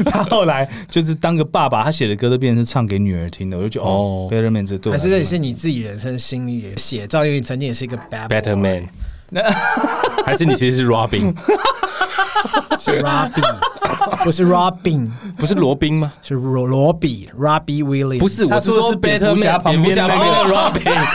D: 他后来就是当个爸爸，他写的歌都变成是唱给女儿听的，我就觉得
B: 哦
D: 哦，Better Man 这对我
C: 还
D: 来
C: 是
D: 说
C: 这也是你自己人生心里的写照，因为你曾经也是一个 bad boy
B: ，Better Man，还是你其实是 Robin？
C: 是 Robbie，不是 Robin，
B: 不是罗宾吗？
C: 是罗罗比 Robbie Williams。
B: 不是，
D: 他
B: 我
D: 是
B: 说的
D: 说
B: 是
D: 蝙
B: Better
D: 蝠侠
B: Man
D: 旁边
B: 蝙蝠
D: 那
B: 侠旁边的 Robin。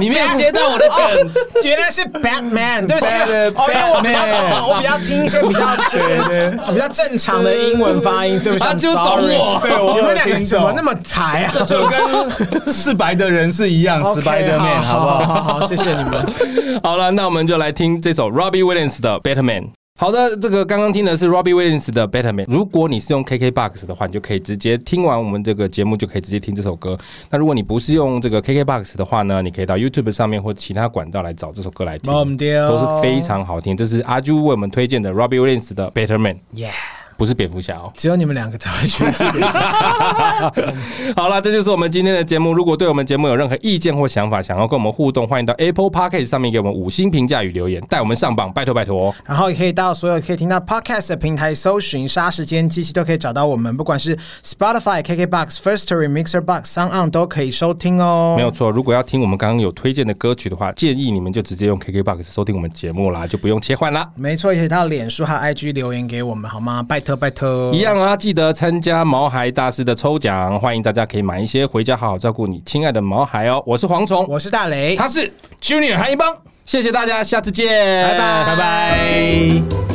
B: 你没 有接到我的梗，
C: 原来是 Batman，对不起，
D: Bat-
C: 哦，因为我比较
D: Batman
C: 懂，我比较听一些比较就是比较正常的英文发音，对不起，
B: 他
C: I'm
B: 就懂
C: sorry
B: 我
D: 对我
C: 你们
D: 有
C: 两个
D: 听
C: 怎么
D: 懂
C: 那么才啊？
D: 就跟是白的人是 一样，
C: OK，
D: 是白的面，
C: 好
D: 好不好？
C: 好好，谢谢你们。
B: 好了，那我们就来听这首 Robbie Williams 的《Better Man》。好的，这个刚刚听的是 Robbie Williams 的《Better Man》。如果你是用 KKBox 的话，你就可以直接听完我们这个节目，就可以直接听这首歌。那如果你不是用这个 KKBox 的话呢，你可以到 YouTube 上面或其他管道来找这首歌来听，
C: 忘掉
B: 都是非常好听。这是阿朱为我们推荐的 Robbie Williams 的《Better Man》，
C: Yeah，
B: 不是蝙蝠侠哦。
C: 只有你们两个才会去世界。
B: 好了，这就是我们今天的节目。如果对我们节目有任何意见或想法，想要跟我们互动，欢迎到 Apple Podcast 上面给我们五星评价与留言，带我们上榜，拜托拜托。哦
C: 然后也可以到所有可以听到 podcast 的平台搜寻“杀时间机器”，都可以找到我们。不管是 Spotify、KKBox、First Story、Mixer Box、Sound On 都可以收听哦。
B: 没有错，如果要听我们刚刚有推荐的歌曲的话，建议你们就直接用 KKBox 收听我们节目啦，就不用切换啦。
C: 没错，也可以到脸书和 IG 留言给我们，好吗？拜托拜托。
B: 一样啊，记得参加毛孩大师的抽奖，欢迎大家可以买一些回家好好照顾你亲爱的毛孩哦。我是蝗虫，
C: 我是大雷，
B: 他是 Junior 韩一邦，谢谢大家，下次见，
C: 拜拜
B: 拜拜。